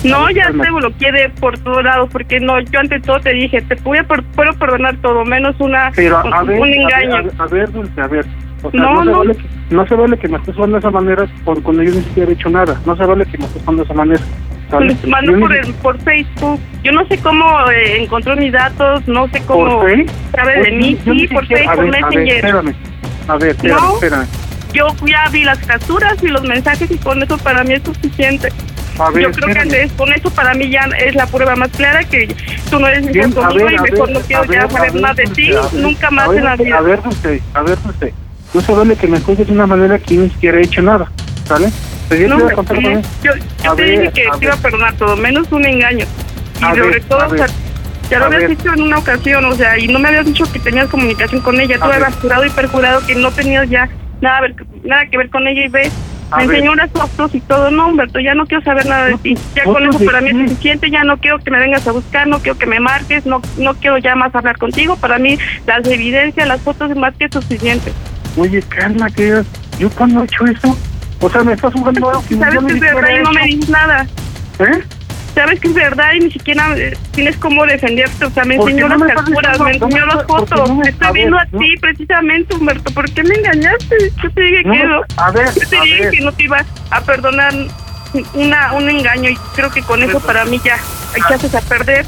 No, ya te bloqueé de por todos lados, porque no, yo ante todo te dije, te voy a per- puedo perdonar todo, menos una Pero a, a un, ver, Ah, pues, un a ver, engaño. A ver, a ver, Dulce, a ver. O sea, No, no, no. Se vale que, no se vale que me estés jugando de esa manera por- cuando yo ni siquiera he hecho nada. No se vale que me estés jugando de esa manera. ¿sale? Les Pues, mando Yo ni- por, el- por Facebook. Yo no sé cómo eh, encontró mis datos, no sé cómo ¿Por Facebook? sabe Pues de mí. yo ni Sí, por siquiera- Facebook a ver, a ver, Messenger. espérame. A ver, espérame, No. espérame. yo ya vi las capturas y los mensajes y con eso para mí es suficiente. A ver, yo creo espérame. que es- con eso para mí ya es la prueba más clara que tú no eres Bien, mi a conmigo ver, y a mejor ver, no quiero a ya ver, saber a ver, nada de ti, a ver, nunca a más ver, en la vida. A ver, usted, a ver, usted. No se vale que me juzgues de una manera que yo ni siquiera he hecho nada, ¿sale? Pues yo No, te voy hombre, a contar no. también. yo yo A te ver, dije que a te iba a perdonar todo, menos un engaño. Y A sobre ver, todo, a o sea, ver, ya lo a habías ver. dicho en una ocasión, o sea, y no me habías dicho que tenías comunicación con ella. Tú A ver. habías jurado y perjurado que no tenías ya nada, ver- nada que ver con ella y ves. A Me ver. enseñó unas fotos y todo. No, Humberto, ya no quiero saber nada de ti. Ya con fotos eso de para mí qué? es suficiente. Ya no quiero que me vengas a buscar, no quiero que me marques, no, no quiero ya más hablar contigo. Para mí, las evidencias, las fotos es más que suficiente. Oye, calma, que yo cuando he hecho eso, o sea, me estás jugando algo que Pues, ¿Sabes yo que ni es verdad siquiera he y no me hecho. dices nada? ¿Eh? sabes que es verdad y ni siquiera eh, tienes cómo defenderte. O sea, me ¿Por qué enseñó no las me estás capturas, diciendo? me enseñó No me las estás- ¿por qué fotos. no me- Te estoy a ver, viendo a no. ti precisamente, Humberto. ¿Por qué me engañaste? Yo te dije No, que no. a ver, Yo te a dije ver. que no te iba a perdonar una, un engaño y creo que con eso para mí ya echaste a perder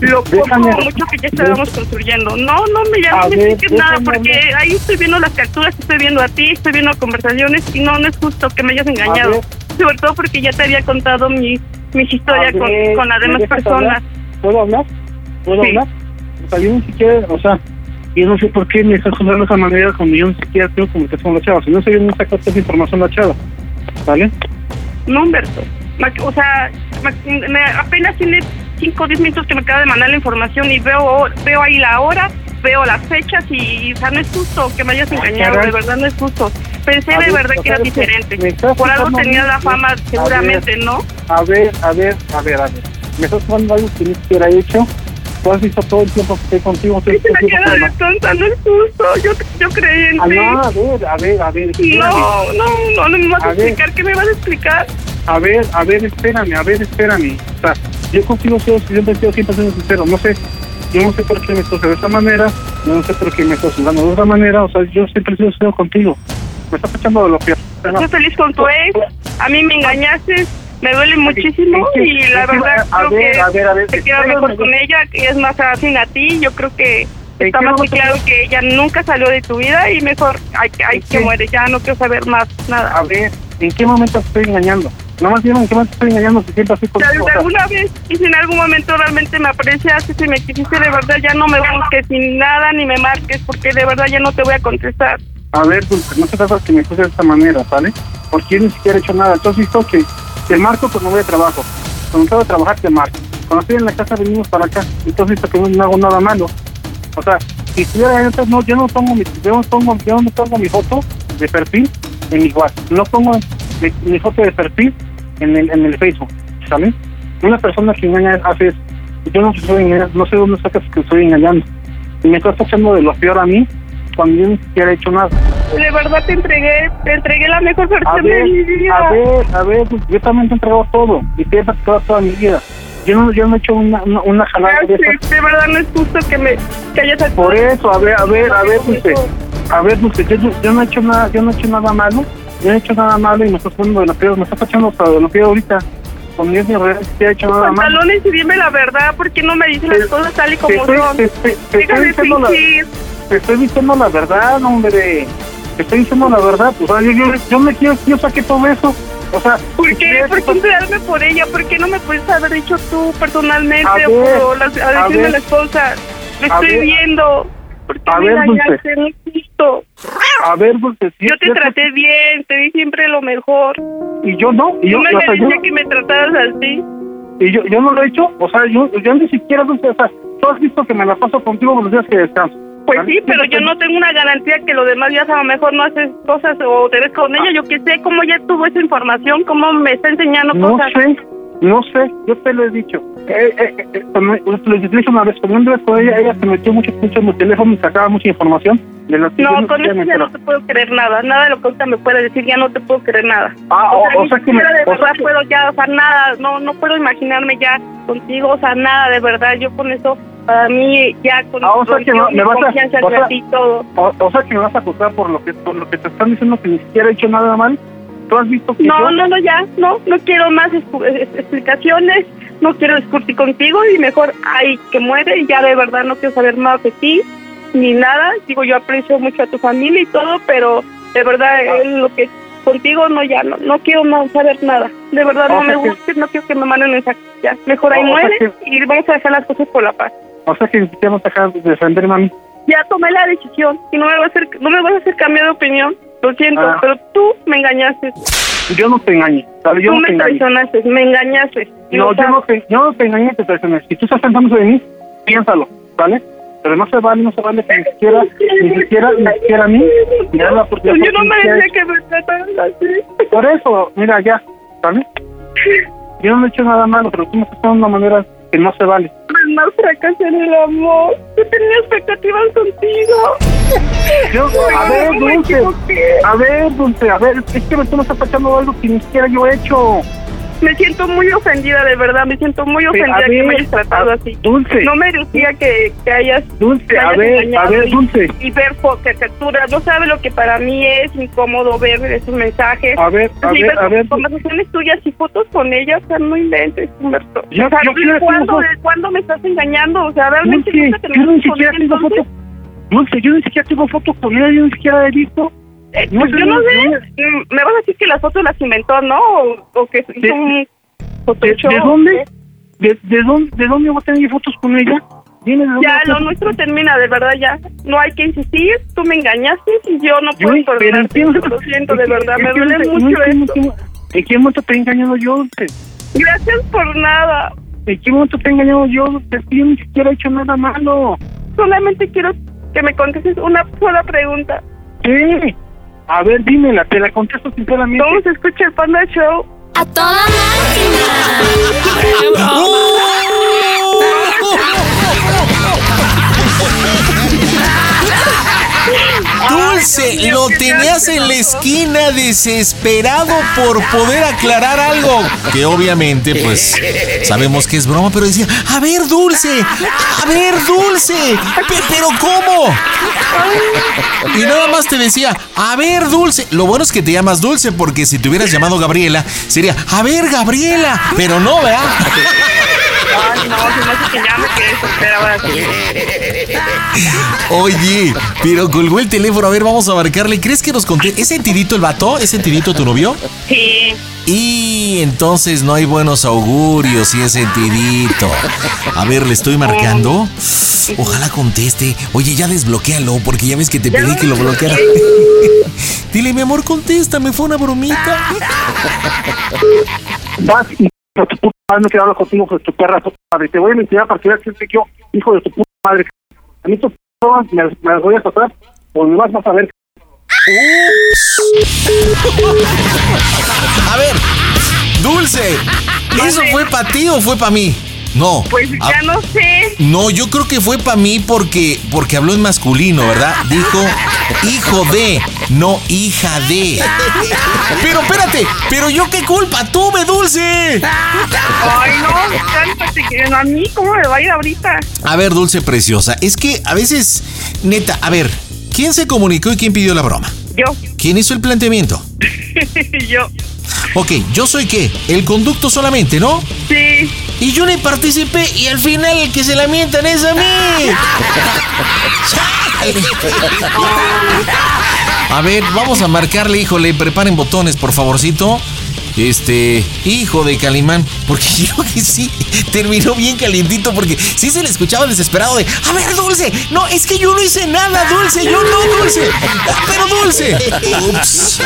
lo poco o Déjame- mucho que ya estábamos construyendo. No, no me ya A no me ver, expliques nada déjame porque ahí estoy viendo las capturas, estoy viendo a ti, estoy viendo conversaciones y no, no es justo que me hayas A engañado. ver. Sobre todo porque ya te había contado mi, mis historias A con, ver, con las ¿me demás dejas personas. hablar? ¿Puedo hablar? ¿Puedo Sí. hablar? Pues O sea, yo ni siquiera, o sea, yo no sé por qué me estás jugando de esa manera cuando yo ni siquiera tengo comunicación con la chava. Si no sé, yo no sacaste esa información a la chava, ¿vale? No, Humberto. Ma- O sea, ma- me- apenas tiene 5 o 10 minutos que me acaba de mandar la información y veo, veo ahí la hora, veo las fechas y, o sea, no es justo que me hayas engañado, de caray. verdad no es justo. Pensé A de ver, verdad que era ¿sabes qué? diferente. Me estás Por algo jugando a mí, tenía la me- fama a ver. seguramente, ¿no? A ver, a ver, a ver, a ver. Me estás jugando algo que ni siquiera he hecho. Tú has visto todo el tiempo que estoy contigo. todo el Y se la tiempo queda que- destonta, no es justo. Yo, yo creí en Ah, ti. no, a ver, a ver, a ver. No, no, no, no me vas a, A ver. explicar. ¿Qué me vas a explicar? a ver, a ver, espérame, a ver, espérame. O sea, yo consigo ser, siempre he sido 100% sincero, no sé, yo no sé por qué me estás de esta manera, yo no sé por qué me estás jugando de otra manera, o sea, yo siempre he sido sincero contigo. Me estás echando de lo peor. Estoy feliz con tu ex. A mí me engañaste. Me duele muchísimo y la verdad A creo ver, que a ver, a ver, te queda mejor con ella, que es más afín a ti. Yo creo que está más muy claro que ella nunca salió de tu vida y mejor hay, hay que muere. Ya no quiero saber más nada. A ver, ¿en qué momento te estoy engañando? Nada más dime en qué momento te estoy engañando si siempre así contigo. o sea, alguna vez y si en algún momento realmente me apreciaste, si me quisiste de verdad, ya no me busques sin nada ni me marques porque de verdad ya no te voy a contestar. A ver, pues no te tratas que me puse de esta manera, ¿sale? Porque yo ni siquiera he hecho nada. Tú has visto que te marco cuando voy a trabajo. Cuando salgo a trabajar te marco. Cuando estoy en la casa venimos para acá. Y tú has visto que no, no hago nada malo. O sea, si estuviera en otras, no, yo no pongo mi, yo no pongo, yo no pongo mi foto de perfil en mi WhatsApp. No pongo mi, mi foto de perfil en el, en el Facebook, ¿sabes? Una persona que engaña hace eso. Yo no, soy, engañado, no sé dónde sacas que estoy engañando. Y me estás echando de lo peor a mí cuando yo ni siquiera he hecho nada. De verdad te entregué, te entregué la mejor A versión de ver, mi vida. a ver, a ver, pues, yo también te he entregado todo y te he practicado toda mi vida. Yo no, yo no he hecho una, una, una jalada de Sí, esas. De verdad no es justo que me que hayas actuado. Por eso, a ver, a ver, a ver, Dulce, a ver, Dulce, yo, yo- yo no he hecho nada, yo no he hecho nada malo, yo no he hecho nada malo y me estás poniendo de los pies, me estás echando hasta de los pies ahorita. Con mi realidad que he hecho nada malo. Pantalones y dime la verdad, porque no me dices las cosas tal y Te como estoy- son. te- te- te Deja estoy de diciendo la- fingir. Te estoy diciendo la verdad, hombre. Te estoy diciendo la verdad. Pues, o sea, yo, yo, yo me quiero, yo saqué todo eso. O sea, ¿Por qué? ¿Por qué enterarme por ella? ¿Por qué no me puedes haber dicho tú personalmente A o ver, por las, a a decirme ver. las cosas? Lo A estoy ver. viendo. ¿Por qué A me ver, engañaste? Dulce. No es justo. A ver, Dulce, sí Yo es te cierto. traté bien, te di siempre lo mejor. Y yo no. Y yo, no me y, o sea, yo- merecía que me trataras así. y yo, yo no lo he hecho. O sea, yo, yo ni siquiera, Dulce, o sea, tú has visto que me la paso contigo los días que descanso. Pues ¿Vale? sí, pero yo no tengo una garantía que los demás días a lo mejor no haces cosas o te ves con Ah. ella. Yo que sé cómo ya tuvo esa información, cómo me está enseñando No cosas. sé, no sé, yo te lo he dicho. Eh, eh, eh, eh, cuando- les dije una vez, cuando anduve con ella, ella se metió mucho, mucho en mi teléfono y sacaba mucha información de la que yo No, con quería eso ya meter. no te puedo creer nada. Nada de lo que ahorita me puedes decir, ya no te puedo creer nada. Ah, o- o ni sea que me- siquiera de o sea verdad que- puedo ya, o sea, nada. No, no puedo imaginarme ya contigo, o sea, nada de verdad. Yo con eso, para mí, ya con Ah, o sea que yo, me- mi me vas a- confianza o hacia sea- ti, todo. O, o sea, que me vas a acusar por lo que por lo que te están diciendo que ni siquiera he hecho nada mal. ¿Tú has visto que yo- No, no, no, ya, no, no quiero más escu- es- es- explicaciones, no quiero discutir contigo y mejor, ay, que muere, y ya de verdad no quiero saber más de ti, ni nada, digo, yo aprecio mucho a tu familia y todo, pero de verdad, Ah. eh, lo que contigo, no, ya, no, no quiero más saber nada, de verdad, O no sea me que- gusta, no quiero que me manden mensajes, ya, mejor ahí O- o sea muere y vamos a dejar las cosas por la paz. O sea, que ni siquiera vas a dejar de defenderme a mí. Ya tomé la decisión y no me vas a hacer, no me vas a hacer cambiar de opinión, lo siento, Ah. pero tú me engañaste. Yo no te engañé, ¿sabes? Yo Tú no te me engañé. traicionaste, me engañaste. No, Lo yo no, te, yo no te engañé, te traicioné. Si tú estás pensando de mí, piénsalo, ¿vale? Pero no se vale, no se vale que ni siquiera, ni siquiera, ni siquiera a mí me das la oportunidad. Pues Yo no ni siquiera merecía he que me trataran así. hecho- Por eso, mira, ya, ¿vale? Yo no he hecho nada malo, pero tú me estás dando de una manera que no se vale. Además, fracasé en el amor. Yo tenía expectativas contigo. Yo, a Ay, ver, no me Dulce, equivoqué. a ver, Dulce, a ver, es que me tú me estás tachando algo que ni siquiera yo he hecho. Me siento muy ofendida, de verdad. Me siento muy Sí, a ofendida que ver, me hayas tratado a- así. Dulce. No merecía que, que hayas. Dulce, que a hayas ver, a engañado ver, y- Dulce. Y ver fo- caricaturas. No sabe lo que para mí es incómodo ver esos mensajes. A ver, a Sí, ver, pero a ver. Conversaciones tuyas y fotos con ellas, o sea, no inventes, Humberto. Yo- o sea, yo quiero decir ¿cuándo, una cosa. de- ¿cuándo me estás engañando? O sea, realmente Dulce, nunca te yo ni metes con siquiera ella, tengo entonces? fotos. Dulce, yo ni siquiera tengo fotos con ella, yo ni siquiera la he visto. Eh, pues yo no sé, mm, me vas a decir que las fotos las inventó, ¿no? O, o que hizo ¿De- un ¿De, Photoshop. de dónde? ¿De, de dónde? ¿De dónde voy a tener fotos con ella? Dime de dónde. Ya, voy a lo tener- nuestro termina, de verdad, ya. No hay que insistir, tú me engañaste y yo no Yo- Pues, puedo pero perdonarte. entiendo- Lo siento, de es que- verdad, es me que duele no sé- no mucho entiendo esto. en qué- ¿En qué momento te he engañado yo, Dulce? Gracias por nada. ¿En qué momento te he engañado yo, Dulce? Es que Yo ni siquiera he hecho nada malo. Solamente quiero que me contestes una sola pregunta. ¿Qué? A ver, dímela, te la contesto sinceramente. ¿Cómo se escucha el Panda Show? A toda Dulce. tenías, eh, lo tenías en la esquina desesperado por poder aclarar algo. Que obviamente, pues, sabemos que es broma, pero decía, a ver, dulce, a ver, dulce, Pe- pero ¿cómo? Y nada más te decía, a ver, dulce. Lo bueno es que te llamas dulce, porque si te hubieras llamado Gabriela, sería, a ver, Gabriela, pero no, ¿verdad? Ay, no, se me hace que ya me quedé soltera ahora sí. Oye, pero colgó el teléfono. A ver, vamos a marcarle. ¿Crees que nos conté? ¿Es sentidito el vato? ¿Es sentidito tu novio? Sí. Y entonces no hay buenos augurios si es sentidito. A ver, le estoy marcando. Ojalá conteste. Oye, ya desbloquéalo porque ya ves que te pedí que lo bloqueara. Dile, mi amor, contéstame. Fue una bromita. Vas y a tu puta madre, no quiero hablar contigo, hijo de tu perra puta madre. Te voy a mentir para que veas que yo, hijo de tu puta madre. A mí tus todas me, las- me las voy a pasar o me vas a saber. A ver, Dulce, ¿eso fue para ti o fue para mí? No. Pues Ah, ya no sé. No, yo creo que fue para mí porque, porque habló en masculino, ¿verdad? Dijo hijo de, no hija de. Pero espérate, pero yo qué culpa tuve, Dulce. Ay, no, cálmate, que no, a mí, ¿cómo me va a ir ahorita? A ver, Dulce Preciosa, es que a veces, neta, a ver, ¿quién se comunicó y quién pidió la broma? Yo. ¿Quién hizo el planteamiento? yo. Ok, yo soy qué? El conducto solamente, ¿no? Sí. Y yo le participé y al final el que se la mientan es a mí. A ver, vamos a marcarle, híjole, preparen botones, por favorcito. Este, hijo de Calimán, porque yo creo que sí, terminó bien calientito porque sí se le escuchaba desesperado de, a ver, Dulce, no, es que yo no hice nada, Dulce, yo no, Dulce, pero Dulce. Ups.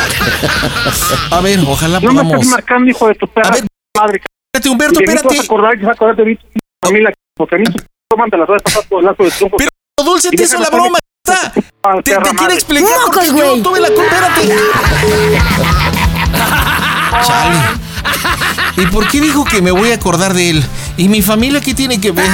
A ver, ojalá No me estás podamos... marcando, hijo de tu perra puta madre. Espérate, Humberto, Te vas a acordar, te vas a acordar de mi familia, porque a mí tus toman te las voy a pasar por el lazo de tronco. Pero Dulce te hizo la broma, está. Te, te quiere explicar porque yo tuve la culpa, espérate. Chale. ¿Y por qué dijo que me voy a acordar de él? ¿Y mi familia qué tiene que ver?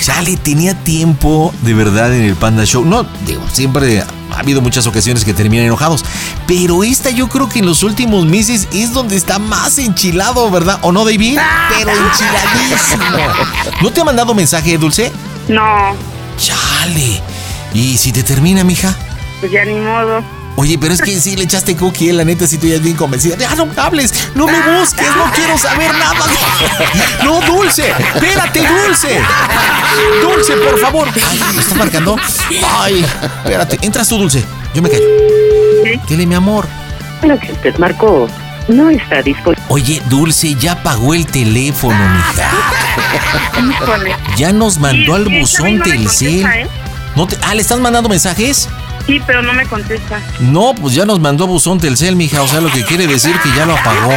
Chale, tenía tiempo de verdad en el Panda Show. No, digo, siempre ha habido muchas ocasiones que terminan enojados. Pero esta yo creo que en los últimos meses es donde está más enchilado, ¿verdad? ¿O no, David? Ah. Pero enchiladísimo. ¿No te ha mandado mensaje, Dulce? No, Chale. ¿Y si te termina, mija? pues ya ni modo. Oye, pero es que sí le echaste cookie, eh, la neta, si tú ya es bien convencida. Ya no hables, no me busques, no quiero saber nada. No, dulce, espérate, dulce. Dulce, por favor. Ay, ¿me está marcando? Ay, espérate, entras tú, dulce. Yo me callo. Dile, mi amor. Lo que usted marcó no está disponible. Oye, Dulce ya pagó el teléfono, mija. Ah, Híjole. Ya nos mandó al Sí, sí, esta buzón vez no me Telcel. contesta, ¿eh? No te- ah, ¿le estás mandando mensajes? Sí, pero no me contesta. No, pues ya nos mandó buzón Telcel, mija. O sea, lo que quiere decir que ya lo apagó.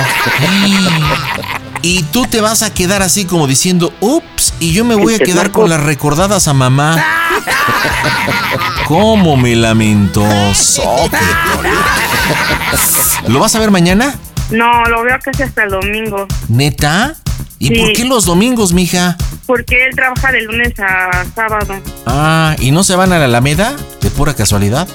Y tú te vas a quedar así como diciendo, ups, y yo me voy a Este quedar Marco. con las recordadas a mamá. ¿Cómo me lamentó? soque? ¿Lo vas a ver mañana? No, lo veo casi hasta el domingo. ¿Neta? ¿Y Sí. por qué los domingos, mija? Porque él trabaja de lunes a sábado. Ah, ¿y no se van a la Alameda? ¿De pura casualidad?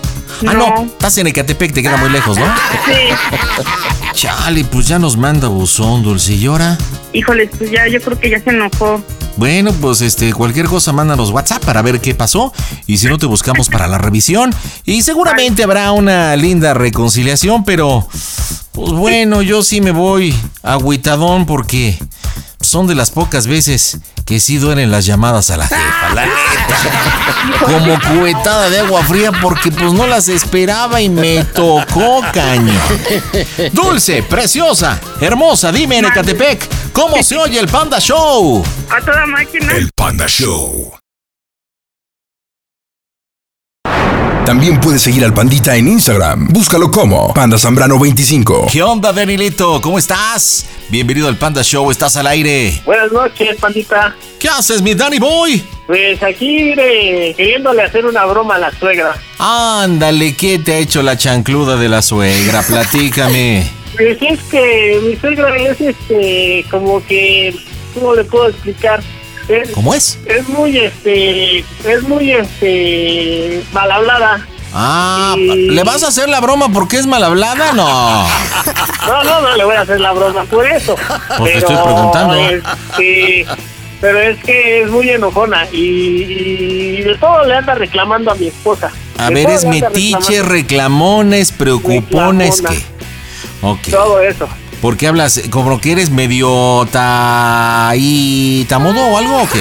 Ah, no, estás en Ecatepec, te queda muy lejos, ¿no? Chale, pues ya nos manda buzón, dulce. ¿Y ahora? Híjole, pues ya, yo creo que ya se enojó. Bueno, pues este, cualquier cosa mándanos WhatsApp para ver qué pasó y si no te buscamos para la revisión y seguramente habrá una linda reconciliación, pero pues bueno, yo sí me voy agüitadón porque son de las pocas veces que sí duelen las llamadas a la jefa, la neta. Como cubetada de agua fría porque pues no las esperaba y me tocó caño. Dulce, preciosa, hermosa, dime en Ecatepec, ¿cómo se oye el Panda Show? A toda máquina. El Panda Show. También puedes seguir al Pandita en Instagram. Búscalo como Panda Zambrano 25. ¿Qué onda, Danilito? ¿Cómo estás? Bienvenido al Panda Show, estás al aire. Buenas noches, pandita. ¿Qué haces, mi Danny Boy? Pues aquí eh, queriéndole hacer una broma a la suegra. Ándale, ¿qué te ha hecho la chancluda de la suegra? Platícame. Pues es que mi suegra es este, como que, ¿cómo le puedo explicar? Es- ¿Cómo es? Es muy, este, es muy, este, mal hablada. Ah, ¿le vas a hacer la broma porque es mal hablada? No. No, no, no le voy a hacer la broma por eso. Pues te Pero, estoy preguntando. este, pero es que es muy enojona y, y de todo le anda reclamando a mi esposa. A De ver, todo es le anda metiche, reclamando reclamones, preocupones, ¿qué? Reclamona. Ok. todo eso. ¿Por qué hablas como que eres medio ta... y tamudo o algo o qué?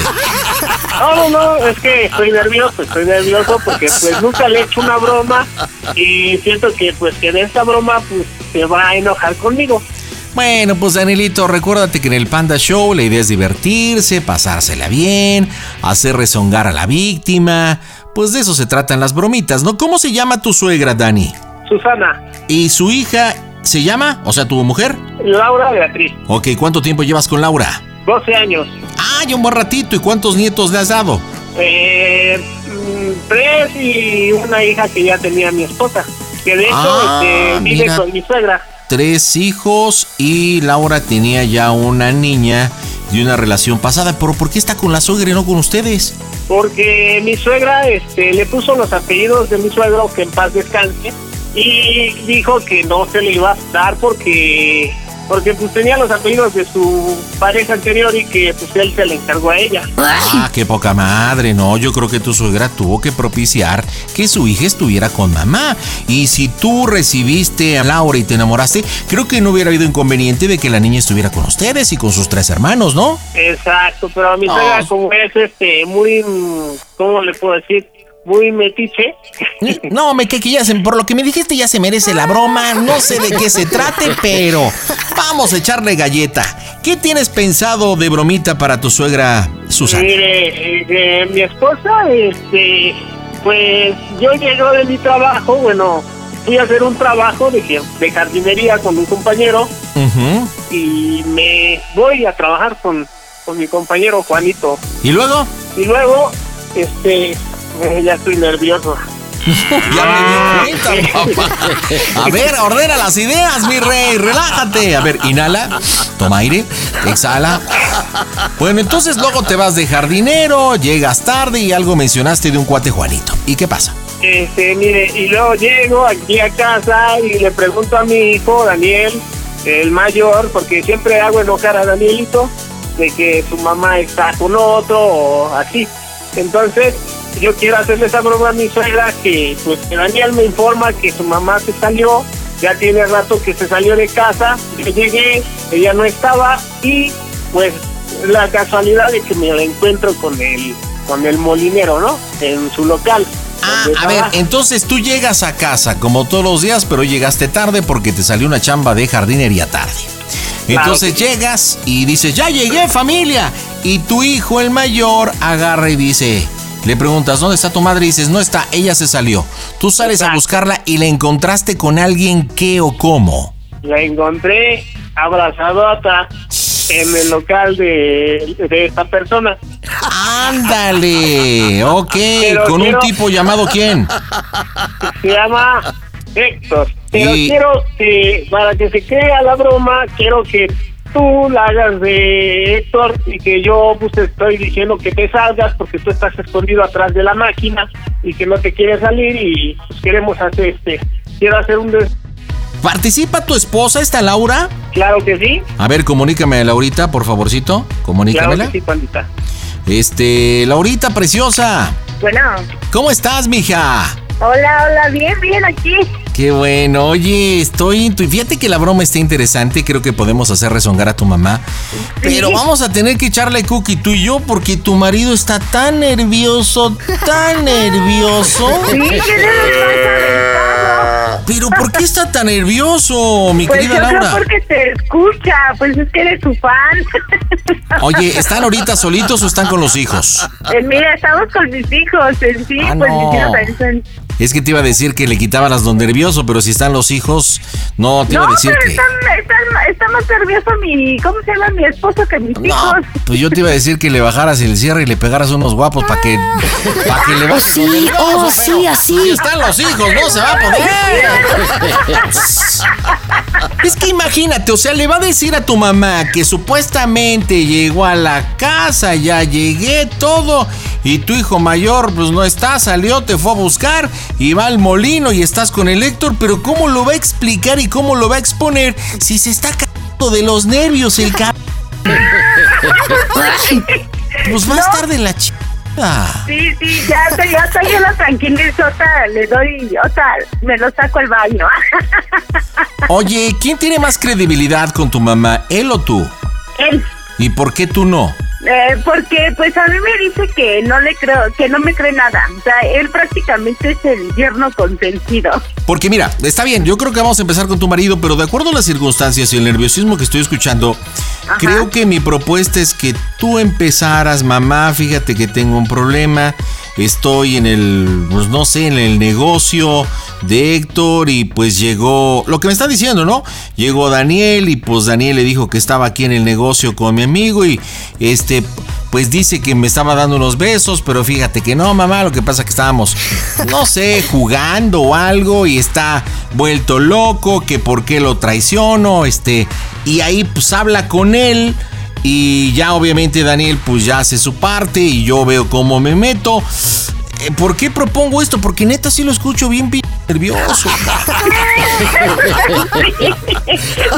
No, no, no, es que estoy nervioso, estoy nervioso porque pues nunca le he hecho una broma y siento que pues que de esta broma pues se va a enojar conmigo. Bueno, pues Danielito, recuérdate que en el Panda Show la idea es divertirse, pasársela bien, hacer rezongar a la víctima. Pues de eso se tratan las bromitas, ¿no? ¿Cómo se llama tu suegra, Dani? Susana, ¿Y su hija se llama? O sea, tu mujer. Laura Beatriz, Ok, ¿cuánto tiempo llevas con Laura? 12 años, Ah, ya un buen ratito. ¿Y cuántos nietos le has dado? eh, mm, tres y una hija que ya tenía mi esposa, que de hecho Ah, este, vive mira. con mi suegra. Tres hijos y Laura tenía ya una niña de una relación pasada. ¿Pero por qué está con la suegra y no con ustedes? porque mi suegra este, le puso los apellidos de mi suegro que en paz descanse y dijo que no se le iba a dar porque porque pues tenía los apellidos de su pareja anterior y que pues él se le encargó a ella. Ah, qué poca madre, no, yo creo que tu suegra tuvo que propiciar que su hija estuviera con mamá. Y si tú recibiste a Laura y te enamoraste, creo que no hubiera habido inconveniente de que la niña estuviera con ustedes y con sus tres hermanos, ¿no? Exacto, pero a mi No. suegra como es este muy mm, cómo le puedo decir muy metiche. No, me que que ya se, por lo que me dijiste ya se merece la broma, no sé de qué se trate, pero vamos a echarle galleta. ¿Qué tienes pensado de bromita para tu suegra, Susana? Mire, eh, eh, mi esposa, este, pues yo llego de mi trabajo, bueno, fui a hacer un trabajo de, que- de jardinería con un compañero Ujú. y me voy a trabajar con, con mi compañero Juanito. ¿Y luego? Y luego, este, eh, ya estoy nervioso. Ah. Ya me di cuenta, papá. A ver, ordena las ideas, mi rey, relájate. A ver, inhala, toma aire, exhala. Bueno, entonces luego te vas de jardinero, llegas tarde y algo mencionaste de un cuate Juanito. ¿Y qué pasa? Este, mire, y luego llego aquí a casa y le pregunto a mi hijo, Daniel, el mayor, porque siempre hago enojar a Danielito de que su mamá está con otro o así. Entonces, yo quiero hacerle esa broma a mi suegra que, pues, que Daniel me informa que su mamá se salió, ya tiene rato que se salió de casa, yo llegué, ella no estaba y, pues, la casualidad de que me la encuentro con el, con el molinero, ¿no? En su local. donde A ver, eh. trabaja. entonces tú llegas a casa como todos los días, pero llegaste tarde porque te salió una chamba de jardinería tarde. Claro Entonces llegas y dices, ya llegué familia. Y tu hijo, el mayor, agarra y dice, le preguntas, ¿dónde está tu madre? Y dices, no está, ella se salió. Tú sales a buscarla y la encontraste con alguien qué o cómo. La encontré abrazadota en el local de, de esta persona. Ándale, ok, Pero con quiero- un tipo llamado quién. Se llama Héctor. Pero Y- quiero que, para que se crea la broma, quiero que tú la hagas de Héctor y que yo pues te estoy diciendo que te salgas porque tú estás escondido atrás de la máquina y que no te quieres salir y pues, queremos hacer este, quiero hacer un... des- ¿Participa tu esposa, esta Laura? Claro que sí, A ver, comunícame a Laurita, por favorcito, claro comunícamela. que sí, pandita. Este, Laurita preciosa, Bueno, ¿cómo estás, mija? hola, hola, bien, bien aquí. Qué bueno, oye, estoy. intu- Fíjate que la broma está interesante, creo que podemos hacer rezongar a tu mamá. Pero vamos a tener que echarle cookie tú y yo, porque tu marido está tan nervioso, tan nervioso. Pero ¿por qué está tan nervioso, mi pues yo querida creo Laura? porque te escucha, pues es que eres su fan. Oye, ¿están ahorita solitos o están con los hijos? Eh, mira, estamos con mis hijos, eh, en sí, Ah, pues no. mis hijos también son- Es que te iba a decir que le quitaba las don nervioso, pero si están los hijos, no te iba No, a decir pero que. está, está- está más nervioso mi, ¿cómo se llama mi esposo que mis hijos? Pues yo te iba a decir que le bajaras el cierre y le pegaras unos guapos para que, para Pues que le Oh, bajes sí, los nervios, oh, pero sí, así. Si están los hijos, no se va a poder. Es que imagínate, o sea, le va a decir a tu mamá que supuestamente llegó a la casa, ya llegué todo, y tu hijo mayor pues no está, salió, te fue a buscar, y va al molino y estás con el Héctor, pero ¿cómo lo va a explicar y cómo lo va a exponer si se está cagando de los nervios el cabrón? Pues va a estar de la chingada. Sí, sí, ya estoy, ya estoy en la tranquilizo, otra, le doy, otra, me lo saco al baño. Oye, ¿quién tiene más credibilidad con tu mamá, él o tú? Él, ¿Y por qué tú no? eh, porque pues a mí me dice que no le creo, que no me cree nada. O sea, él prácticamente es el yerno consentido. Porque mira, está bien, yo creo que vamos a empezar con tu marido, pero de acuerdo a las circunstancias y el nerviosismo que estoy escuchando, Ajá. creo que mi propuesta es que tú empezaras, mamá, fíjate que tengo un problema, estoy en el, pues no sé, en el negocio de Héctor y pues llegó, lo que me están diciendo, ¿no? Llegó Daniel y pues Daniel le dijo que estaba aquí en el negocio con mi amigo y este... Pues dice que me estaba dando unos besos, pero fíjate que no, mamá, lo que pasa es que estábamos, no sé, jugando o algo y está vuelto loco, que por qué lo traiciono, este, y ahí pues habla con él y ya obviamente Daniel pues ya hace su parte y yo veo cómo me meto. Eh, ¿Por qué propongo esto? Porque neta sí lo escucho bien pi- nervioso.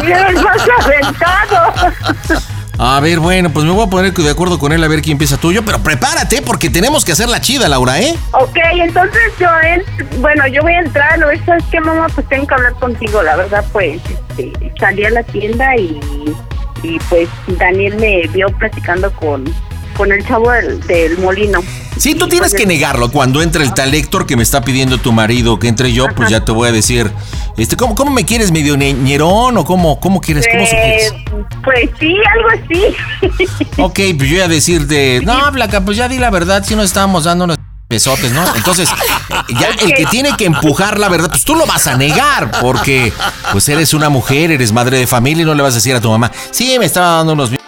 Me lo has aventado. A ver, bueno, pues me voy a poner de acuerdo con él a ver quién empieza tuyo, pero prepárate porque tenemos que hacer la chida, Laura, ¿eh? Ok, entonces yo, en- bueno, yo voy a entrar, lo ves, ¿sabes qué, mamá? Pues tengo que hablar contigo, la verdad, pues este, salí a la tienda y, y, pues Daniel me vio platicando con, con el chavo del, del molino. Sí, tú tienes que negarlo. Cuando entre el tal Héctor que me está pidiendo tu marido que entre yo, pues ya te voy a decir, este, ¿cómo, cómo me quieres, medio ñerón? ¿O cómo, cómo quieres? ¿Cómo sugieres? Eh, pues sí, algo así. Ok, pues yo iba a decirte, no, Blanca, pues ya di la verdad, si nos estábamos dando unos besotes, ¿no? Entonces, eh, ya el que tiene que empujar la verdad, pues tú lo vas a negar, porque pues eres una mujer, eres madre de familia y no le vas a decir a tu mamá, sí, me estaba dando unos besotes.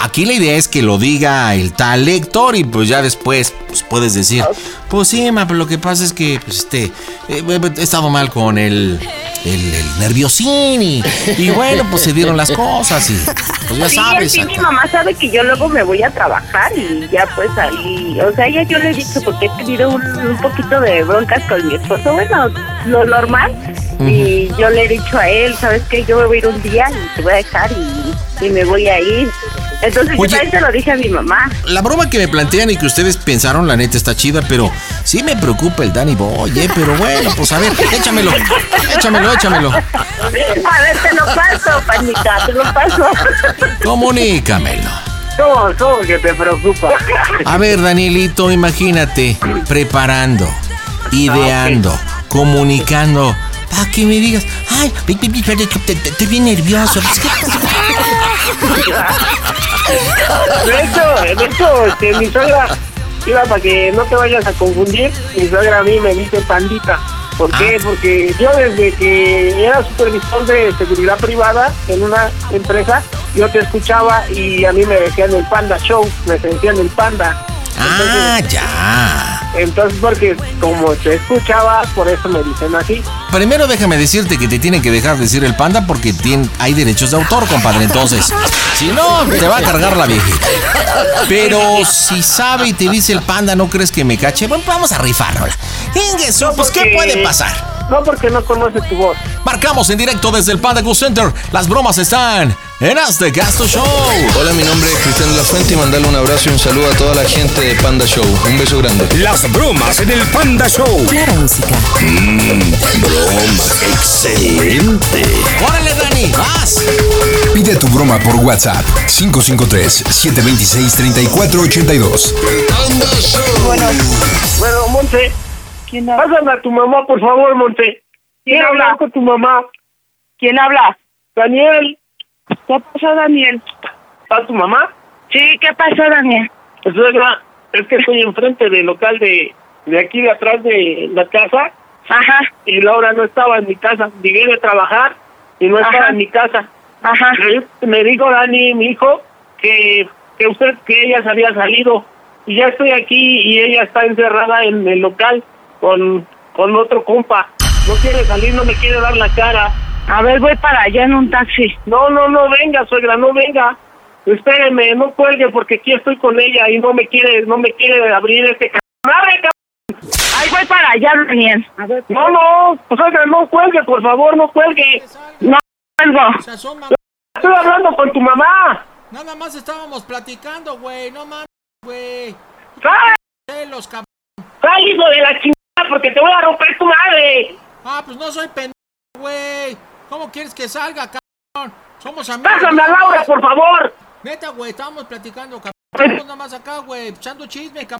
Aquí la idea es que lo diga el tal Héctor y pues ya después pues, puedes decir, pues sí, ma, pero lo que pasa es que, pues este, eh, he estado mal con el... El, el nerviosín y, y bueno, pues se dieron las cosas y pues ya sí, sabes. Sí, mi mamá sabe que yo luego me voy a trabajar y ya pues ahí, o sea, ya yo le he dicho porque he tenido un, un poquito de broncas con mi esposo, bueno, lo normal, y yo le he dicho a él, ¿sabes qué? Yo me voy a ir un día y te voy a dejar y, y me voy a ir. Entonces Oye. yo también se lo dije a mi mamá. La broma que me plantean y que ustedes pensaron, la neta está chida, pero sí me preocupa el Danny Boy, ¿eh? Pero bueno, pues a ver, échamelo, échamelo, échamelo. A ver, te lo paso, panita, te lo paso. Comunícamelo. ¿Cómo, cómo que te preocupa? A ver, Danielito, imagínate, preparando, ideando, comunicando. Para que me digas, ay, pi, pi, pi, espérate, que te- te- estoy bien nervioso. Pues, Es que- De hecho, de hecho, este, mi suegra, iba para que no te vayas a confundir, mi suegra a mí me dice pandita. ¿Por qué? Ah. Porque yo desde que era supervisor de seguridad privada en una empresa, yo te escuchaba y a mí me decían el panda show, me sentían el panda. Ah, ya. Entonces, porque como te escuchaba, por eso me dicen así. Primero déjame decirte que te tienen que dejar decir el panda porque tien- hay derechos de autor, compadre. Entonces, si no, te va a cargar la viejita. Pero si sabe y te dice el panda, ¿no crees que me cache? Bueno, vamos a rifárnosla. Ingeso, pues ¿qué porque- puede pasar? No porque no conoce tu voz. Marcamos en directo desde el Panda Cool Center. Las bromas están en Aztec Gasto Show. Hola, mi nombre es Cristian de la Fuente y mandarle un abrazo y un saludo a toda la gente de Panda Show. Un beso grande. Las bromas en el Panda Show. Claro, música. broma. Excelente. ¡Órale, Dani! ¡Vas! Pide tu broma por WhatsApp 553-726-3482. Bueno, bueno, Monte, pásame a tu mamá, por favor, Monte. Quiero hablar con tu mamá. ¿Quién habla? Daniel, ¿Qué pasó, Daniel? ¿está tu mamá? Sí, ¿qué pasó, Daniel? Pues, suegra, es que estoy enfrente del local de, de aquí de atrás de la casa. Ajá. Y Laura no estaba en mi casa. Llegué de trabajar y no estaba Ajá. en mi casa. Ajá. Me- Me dijo Dani, mi hijo, que, que usted, que ella se había salido. Y ya estoy aquí y ella está encerrada en el local con, con otro compa. No quiere salir, no me quiere dar la cara. A ver, voy para allá en un taxi. No, no, no venga, suegra, no venga. Espéreme, no cuelgue porque aquí estoy con ella y no me quiere, no me quiere abrir este c... ¡Abre, c... Ahí voy para allá, Daniel. A ver, No, no, pues oiga, no cuelgue, por favor, no cuelgue. No cuelgo. Estoy hablando con tu mamá. Nada más estábamos platicando, güey. No mames, güey. ¡Sal! Celos, cabrón. ¡Sal, hijo de la chingada, porque te voy a romper tu madre! Ah, pues no soy pendejo, güey. ¿Cómo quieres que salga, cabrón? Somos amigos. ¡Pásame a Laura, por favor! Neta, güey, estábamos platicando, cabrón. Estamos nada más acá, güey, echando chisme, cabrón.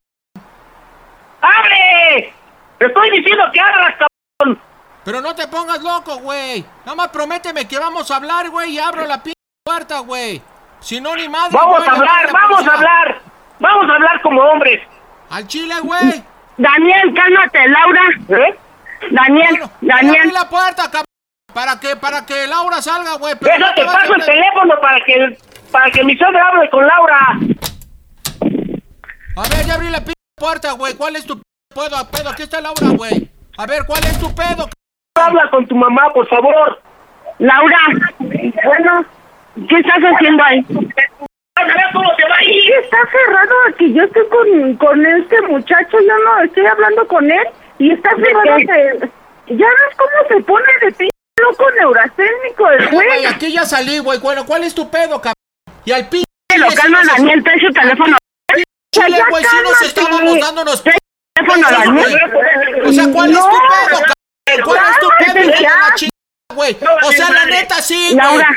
¡Abre! ¡Te estoy diciendo que abras, cabrón! Pero no te pongas loco, güey. Nada más prométeme que vamos a hablar, güey, y abro la p puerta, güey. Si no, ni madre. ¡Vamos güey, a le hablar, voy la vamos a policía. hablar! ¡Vamos a hablar como hombres! Al chile, güey. Daniel, cálmate, Laura. ¿Eh? Daniel, Daniel. Abre la puerta, cabrón. Para que, para que Laura salga, güey. pero no ¡Eso te vas a paso el meter- teléfono para que, para que mi suegra hable con Laura! A ver, ya abrí la p puerta, güey. ¿Cuál es tu p pedo? pedo? Aquí está Laura, güey. A ver, ¿cuál es tu pedo? Habla con tu mamá, pues, por favor. Laura. Bueno. ¿Qué estás haciendo ahí? cómo te va a ir! Está cerrado aquí. Yo estoy con, con este muchacho. Yo no estoy hablando con él. Y está cerrado. eh, que- Ya ves cómo se pone de p loco neurasténico el Güey, juez. aquí ya salí, güey. Bueno, ¿cuál es tu pedo, cabrón? Y al p. Lo calma, Daniel, trae su teléfono. Chile, Ya güey, si nos cálmate. estábamos dándonos p. Teléfono, Daniel. O sea, ¿cuál es tu No, pedo, cabrón? ¿Cuál es tu cálmate pedo, hijo de ya. la chingada, güey? O sea, la neta, sí, güey. Laura.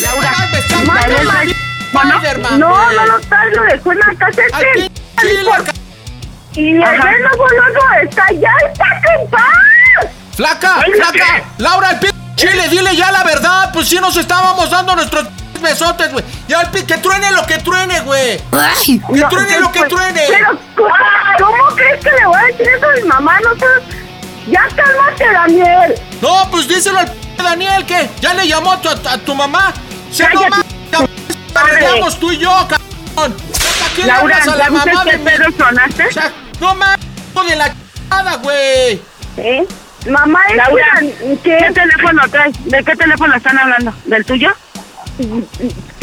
Laura. Daniel, trae- Spider-Man, No, güey. no lo traigo de Juan Cásete. este. Y el Ajá. no boludo está ya, está en paz. Flaca, Ay, flaca, ¿qué? Laura, el p chile, dile ya la verdad, pues sí nos estábamos dando nuestros p- besotes, güey. Ya el p que truene lo que truene, güey. Ay, que truene lo que truene. Pero, ¿cómo, cómo crees que le voy a decir eso a mi mamá? No seas- Ya cálmate, Daniel. No, pues díselo al p Daniel, que ya le llamó a tu, a tu mamá. Se no mames, cabrón, arreglamos tú y yo, cabrón. ¿A quién le Laura, hablas a ¿ya la viste mamá qué de mi- pedo sonaste? O sea, no mames, hijo de la chingada, güey. ¿Eh? Mamá, es Laura, que- ¿qué? teléfono traes? ¿De qué teléfono están hablando? ¿Del tuyo?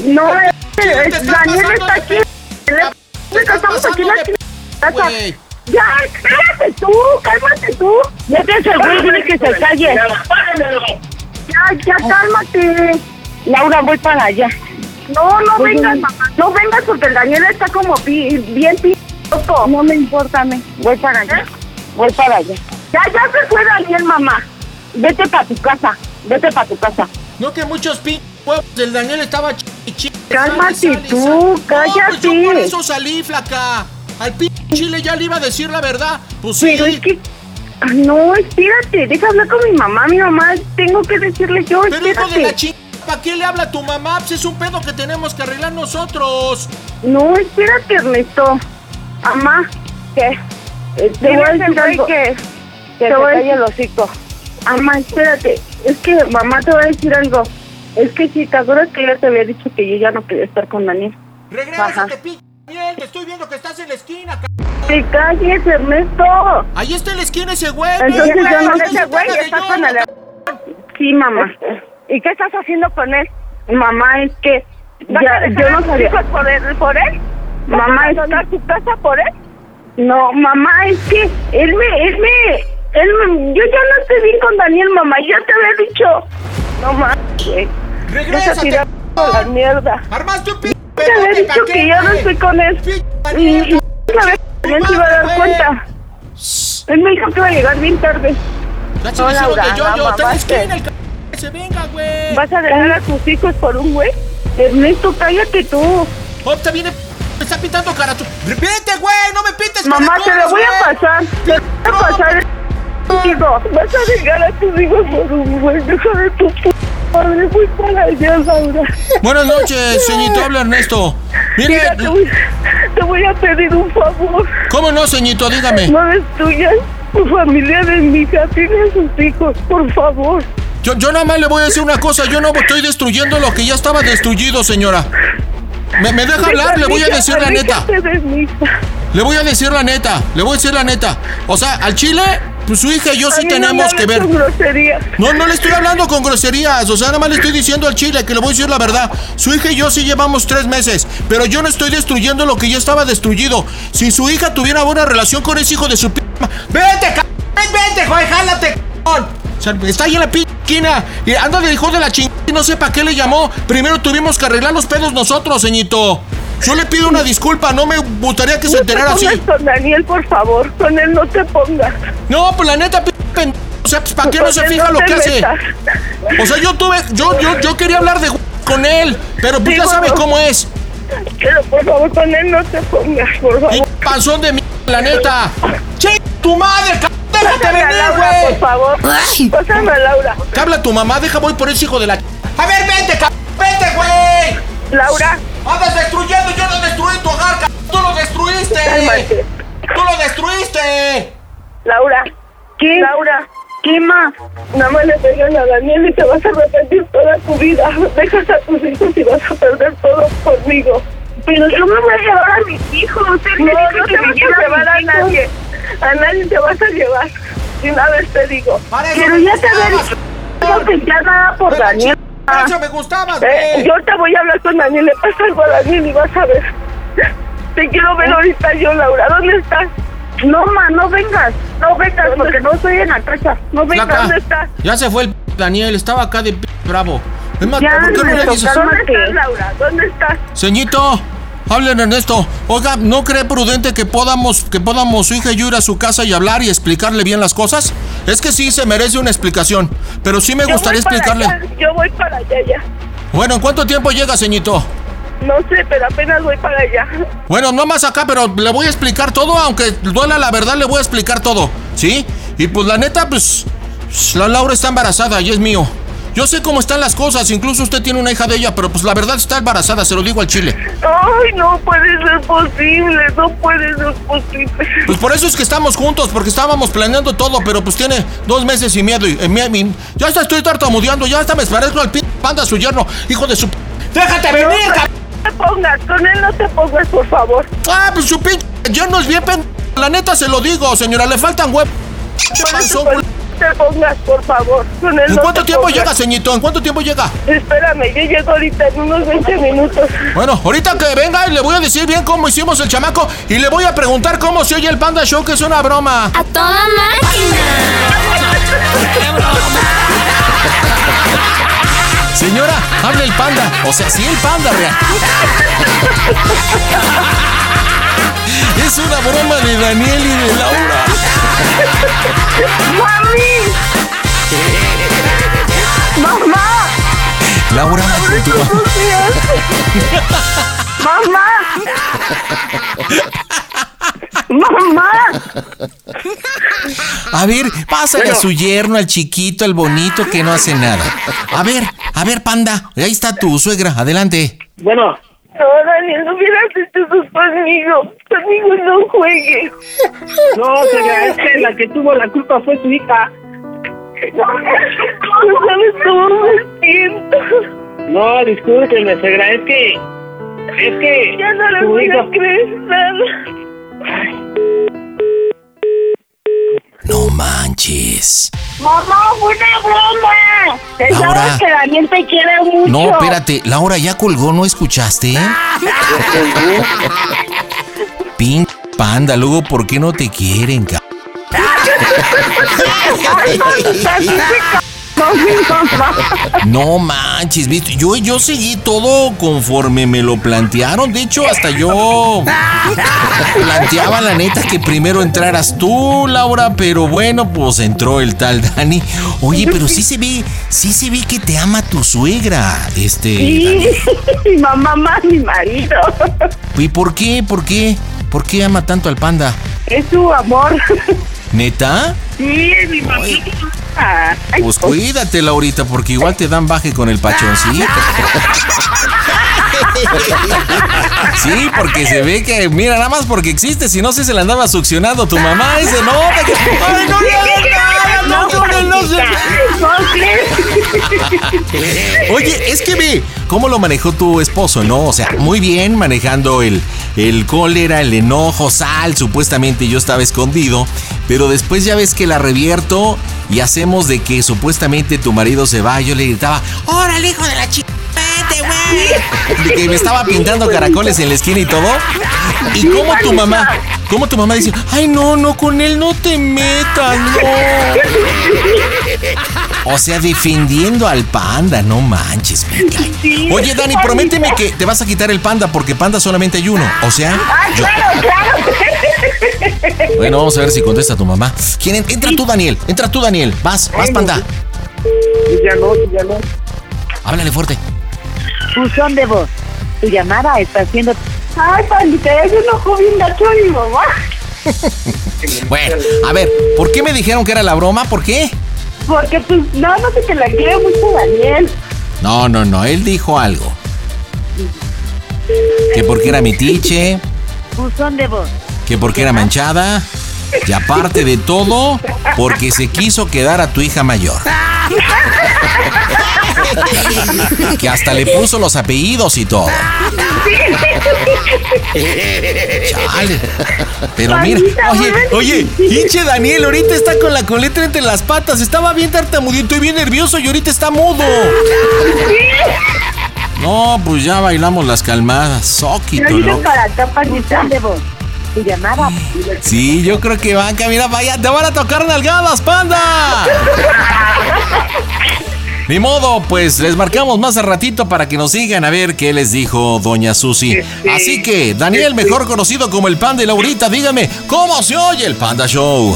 No, es- te es- estás Daniel pasando está de aquí. pe- Le- Estamos aquí en la casa. güey. Ya, cálmate tú, cálmate tú. Ya te aseguro, dile que se calle. Ya, ya, cálmate. Ah. Laura, voy para allá. No, no Oye. vengas, mamá. No vengas porque el Daniel está como pi- bien pi- loco. ¿Eh? No me importa, me. Voy para allá. Voy para allá. Ya, ya se fue Daniel, mamá. Vete para tu casa. Vete para tu casa. No que muchos pin huevos del Daniel estaba ch- ch- Cálmate sale, sale, tú, sale. No, pues yo cállate. por eso salí, flaca. Al pin chile ya le iba a decir la verdad. Pues sí. Pero es que... Ay, No, espérate, deja hablar con mi mamá. Mi mamá, tengo que decirle yo, Pero hijo de espérate. la chingada, ¿para qué le habla a tu mamá? Pues es un pedo que tenemos que arreglar nosotros. No, espérate, Ernesto. Mamá, Eh, ¿Qué? te voy a Dile a ese decir güey algo. que, que Te te voy a calle decir- el hocico. Mamá, espérate. Es que mamá te va a decir algo. Es que si te acuerdas que yo te había dicho que yo ya no quería estar con Daniel. Regrésate, pinche este Daniel, te estoy viendo que estás en la esquina, ca- ¡Te calles, Ernesto! Ahí está en la esquina ese güey. Entonces mira, ya no ¿por qué ese se güey trata de está yo? con el- Sí, mamá. ¿Y qué estás haciendo con él? Mamá, es que ¿Vas a ya, dejar yo a no tus sabía. hijos por él? Por él? ¿Vas Mamá, a es- abandonar tu casa por él? No, mamá, es que él me, él me, él me- yo ya no estoy bien con Daniel, mamá, ya te había dicho. No más, güey. Regrésate, Deja tirar a la mierda. Armaste un pinche Ya te había pedote, dicho ¿pa' que qué, ya no güey? estoy con él. Pinche Y Daniel, y la vez Daniel se iba a dar güey. cuenta. Él me dijo que iba a llegar bien tarde. Ya se No, me hicieron Laura, de yo, no, yo, está en la mamá, esquina, que- el cabrón que se venga, güey. ¿Vas a dejar a tus hijos por un güey? Ernesto, cállate tú. Opta viene, me está pintando cara. tú. Vete, güey, no me pintes Mamá, te lo caracoles, voy a güey. pasar. Te lo voy a pasar. Digo, vas a llegar a tus hijos por un güey. Deja de tu p madre. Voy para allá, Laura. Buenas noches, señorito, habla Ernesto. Mire, eh, Mira, te voy, te voy a pedir un favor. ¿cómo no, señorito? Dígame. No destruyas tu familia de mi hija. Tiene a sus hijos, por favor. Yo, yo nada más le voy a decir una cosa, yo no estoy destruyendo lo que ya estaba destruido, señora. ¿Me, me deja hablar? Le voy a decir la neta. Aléjate de mi hija. Le voy a decir la neta, le voy a decir la neta. O sea, al chile Pues su hija y yo A sí mí no me tenemos que hables ver. con No, no le estoy hablando con groserías. O sea, nada más le estoy diciendo al chile que le voy a decir la verdad. Su hija y yo sí llevamos tres meses, pero yo no estoy destruyendo lo que ya estaba destruido. Si su hija tuviera buena relación con ese hijo de su p. ma- ¡Vete, c ¡Vete, güey! ¡Jálate, c O sea, está ahí en la p. esquina y anda de hijo de la chingada y no sé para qué le llamó. Primero tuvimos que arreglar los pedos nosotros, ceñito. Yo le pido una disculpa, no me gustaría que se enterara así. con Daniel, por favor. Con él no te pongas. No, pues la neta, p- pen- o sea, pues, ¿para qué no Con se él fija no lo te que hace? metas. O sea, yo tuve, yo, yo, yo quería hablar de con él, pero pues ya sabes cómo es. Pero por favor, con él no te pongas, por favor. Panzón de mierda, la neta. ¡Che, tu madre, c- déjate Pásame a venir, Laura, güey! por favor. Pásame a Laura. ¿Qué habla tu mamá? Deja, voy por ese hijo de la... A ver, vente, c- vete, güey. Laura. Andas ¡Ah, destruyendo, yo no destruí tu hogar, c- tú lo destruiste. Cálmate. Tú lo destruiste. Laura. ¿Qué? Laura. ¿Qué más? Nada más le pegan a Daniel y te vas a arrepentir toda tu vida. Dejas a tus hijos y vas a perder todo conmigo. Pero yo me voy a llevar a mis hijos. No, no te vas a llevar a nadie. A nadie te vas a llevar. Y una vez te digo. Pero ya te veré. No te ya nada por Daniel. Eso me gustaba. Eh, yo te voy a hablar con Daniel. Le pasa algo a Daniel y vas a ver. Te quiero Oh. ver ahorita yo, Laura. ¿Dónde estás? No, ma, no vengas. No vengas porque no soy en la casa. No vengas. Flaca, ¿Dónde estás? Ya se fue el p- Daniel, estaba acá de p- bravo. Es más, Ya, ¿por qué no le Ernesto, dices? ¿Dónde estás, Laura? ¿Dónde estás? Señito, hablen en esto. Oiga, ¿no cree prudente que podamos, que podamos su hija y yo ir a su casa y hablar y explicarle bien las cosas? Es que sí se merece una explicación, pero sí me Yo gustaría voy para explicarle. allá, yo voy para allá ya. Bueno, ¿en cuánto tiempo llega, señito? No sé, pero apenas voy para allá. Bueno, no más acá, pero le voy a explicar todo, aunque duela la verdad, le voy a explicar todo, ¿sí? Y pues la neta, pues, pues, la Laura está embarazada y es mío. Yo sé cómo están las cosas, incluso usted tiene una hija de ella, pero pues la verdad está embarazada, se lo digo al chile. Ay, no puede ser posible. No puede ser posible. Pues por eso es que estamos juntos, porque estábamos planeando todo, pero pues tiene dos meses y miedo. Y, eh, mi- mi- ya hasta estoy tartamudeando, ya hasta me parezco al p panda su yerno, hijo de su p- ¡Déjate No, venir, ma, cab- No te pongas. Con él no te pongas, por favor. Ah, pues su pinche yerno es bien pen... La neta se lo digo, señora, le faltan huevos. No te pongas, por favor. Con él ¿En no cuánto te tiempo pongas. llega, ceñito? ¿En cuánto tiempo llega? Espérame, yo llego ahorita en unos 20 minutos. Bueno, ahorita que venga le voy a decir bien cómo hicimos el chamaco y le voy a preguntar cómo se oye el Panda Show, que es una broma. A toda máquina. Señora, habla el panda. O sea, sí el panda, real. Es una broma de Daniel y de Laura. ¡Mami! ¡Mamá! Laura, ¡Abre con tu tus mamá. ojos! ¡Mamá! ¡Mamá! A ver, pásale Bueno. a su yerno, al chiquito, al bonito que no hace nada. A ver, a ver, panda. Ahí está tu suegra, adelante. Bueno. No, Daniel, no hubieras hecho eso conmigo. Conmigo no juegues. No, señora, es que la que tuvo la culpa fue tu hija. No sabes cómo me siento. No, discúlpeme, señora, es que. Es que. Ya no le tu voy hija- a creer nada. No manches. ¡Mamá, fue una Ah, broma! Te Laura. sabes que Daniel te quiere mucho. No, espérate, Laura ya colgó, ¿no escuchaste? Pin panda, luego, ¿por qué no te quieren, cabrón? No manches, ¿viste? Yo, yo seguí todo conforme me lo plantearon. De hecho, hasta yo planteaba la neta que primero entraras tú, Laura, pero bueno, pues entró el tal Dani. Oye, pero sí se ve, sí se ve que te ama tu suegra. Este. Sí, mi mamá más mi marido. ¿Y por qué? ¿Por qué? ¿Por qué ama tanto al panda? Es su amor. ¿Neta? Sí, es mi mamá. Pues cuídate, Laurita, porque igual te dan baje con el pachoncito. Sí, porque se ve que, mira, nada más porque existe, si no, si se la andaba succionando tu mamá, ese no. te- ¡Ay, no le hagas nada, no, no, no, no, Oye, es que ve cómo lo manejó tu esposo, ¿no? O sea, muy bien manejando el, el cólera, el enojo, sal, supuestamente yo estaba escondido, pero después ya ves que la revierto y hacemos de que supuestamente tu marido se va, yo le gritaba, ¡Órale, hijo de la chica! de que me estaba pintando caracoles en la esquina y todo. ¿Y cómo tu mamá? ¿Cómo tu mamá dice, ay no, no, con él no te metas, no? O sea, defendiendo al panda, no manches. me cae. Sí, Oye, Dani, panita. prométeme que te vas a quitar el panda porque panda solamente hay uno. O sea, Ah, yo- bueno, vamos a ver si contesta tu mamá. ¿Quién en- entra tú, Daniel? Entra tú, Daniel. Vas, vas, panda. Ya no, ya no. Háblale fuerte. Buzón de voz. Tu llamada está siendo... Ay, pandita, yo no bien gacho a mi mamá. Bueno, a ver, ¿por qué me dijeron que era la broma? ¿Por qué? Porque pues no, no sé que la quiero mucho Daniel. No, no, no, él dijo algo. Que porque era metiche, Buzón de voz. que porque era manchada, y aparte de todo, porque se quiso quedar a tu hija mayor. Que hasta le puso los apellidos y todo. Chale. Pero mira, oye, oye, hinche Daniel, ahorita está con la coleta entre las patas. Estaba bien tartamudito y bien nervioso y ahorita está mudo. No, pues ya bailamos las calmadas. Soquito, loco. para ti, pandita. Buzón de voz. Tu llamada... Sí, yo creo que van, mira, vaya, te van a tocar nalgadas, panda. Ni modo, pues les marcamos más a ratito para que nos sigan a ver qué les dijo Doña Susi. Así que, Daniel, mejor conocido como el Panda y Laurita, dígame, ¿cómo se oye el Panda Show?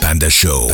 Panda Show.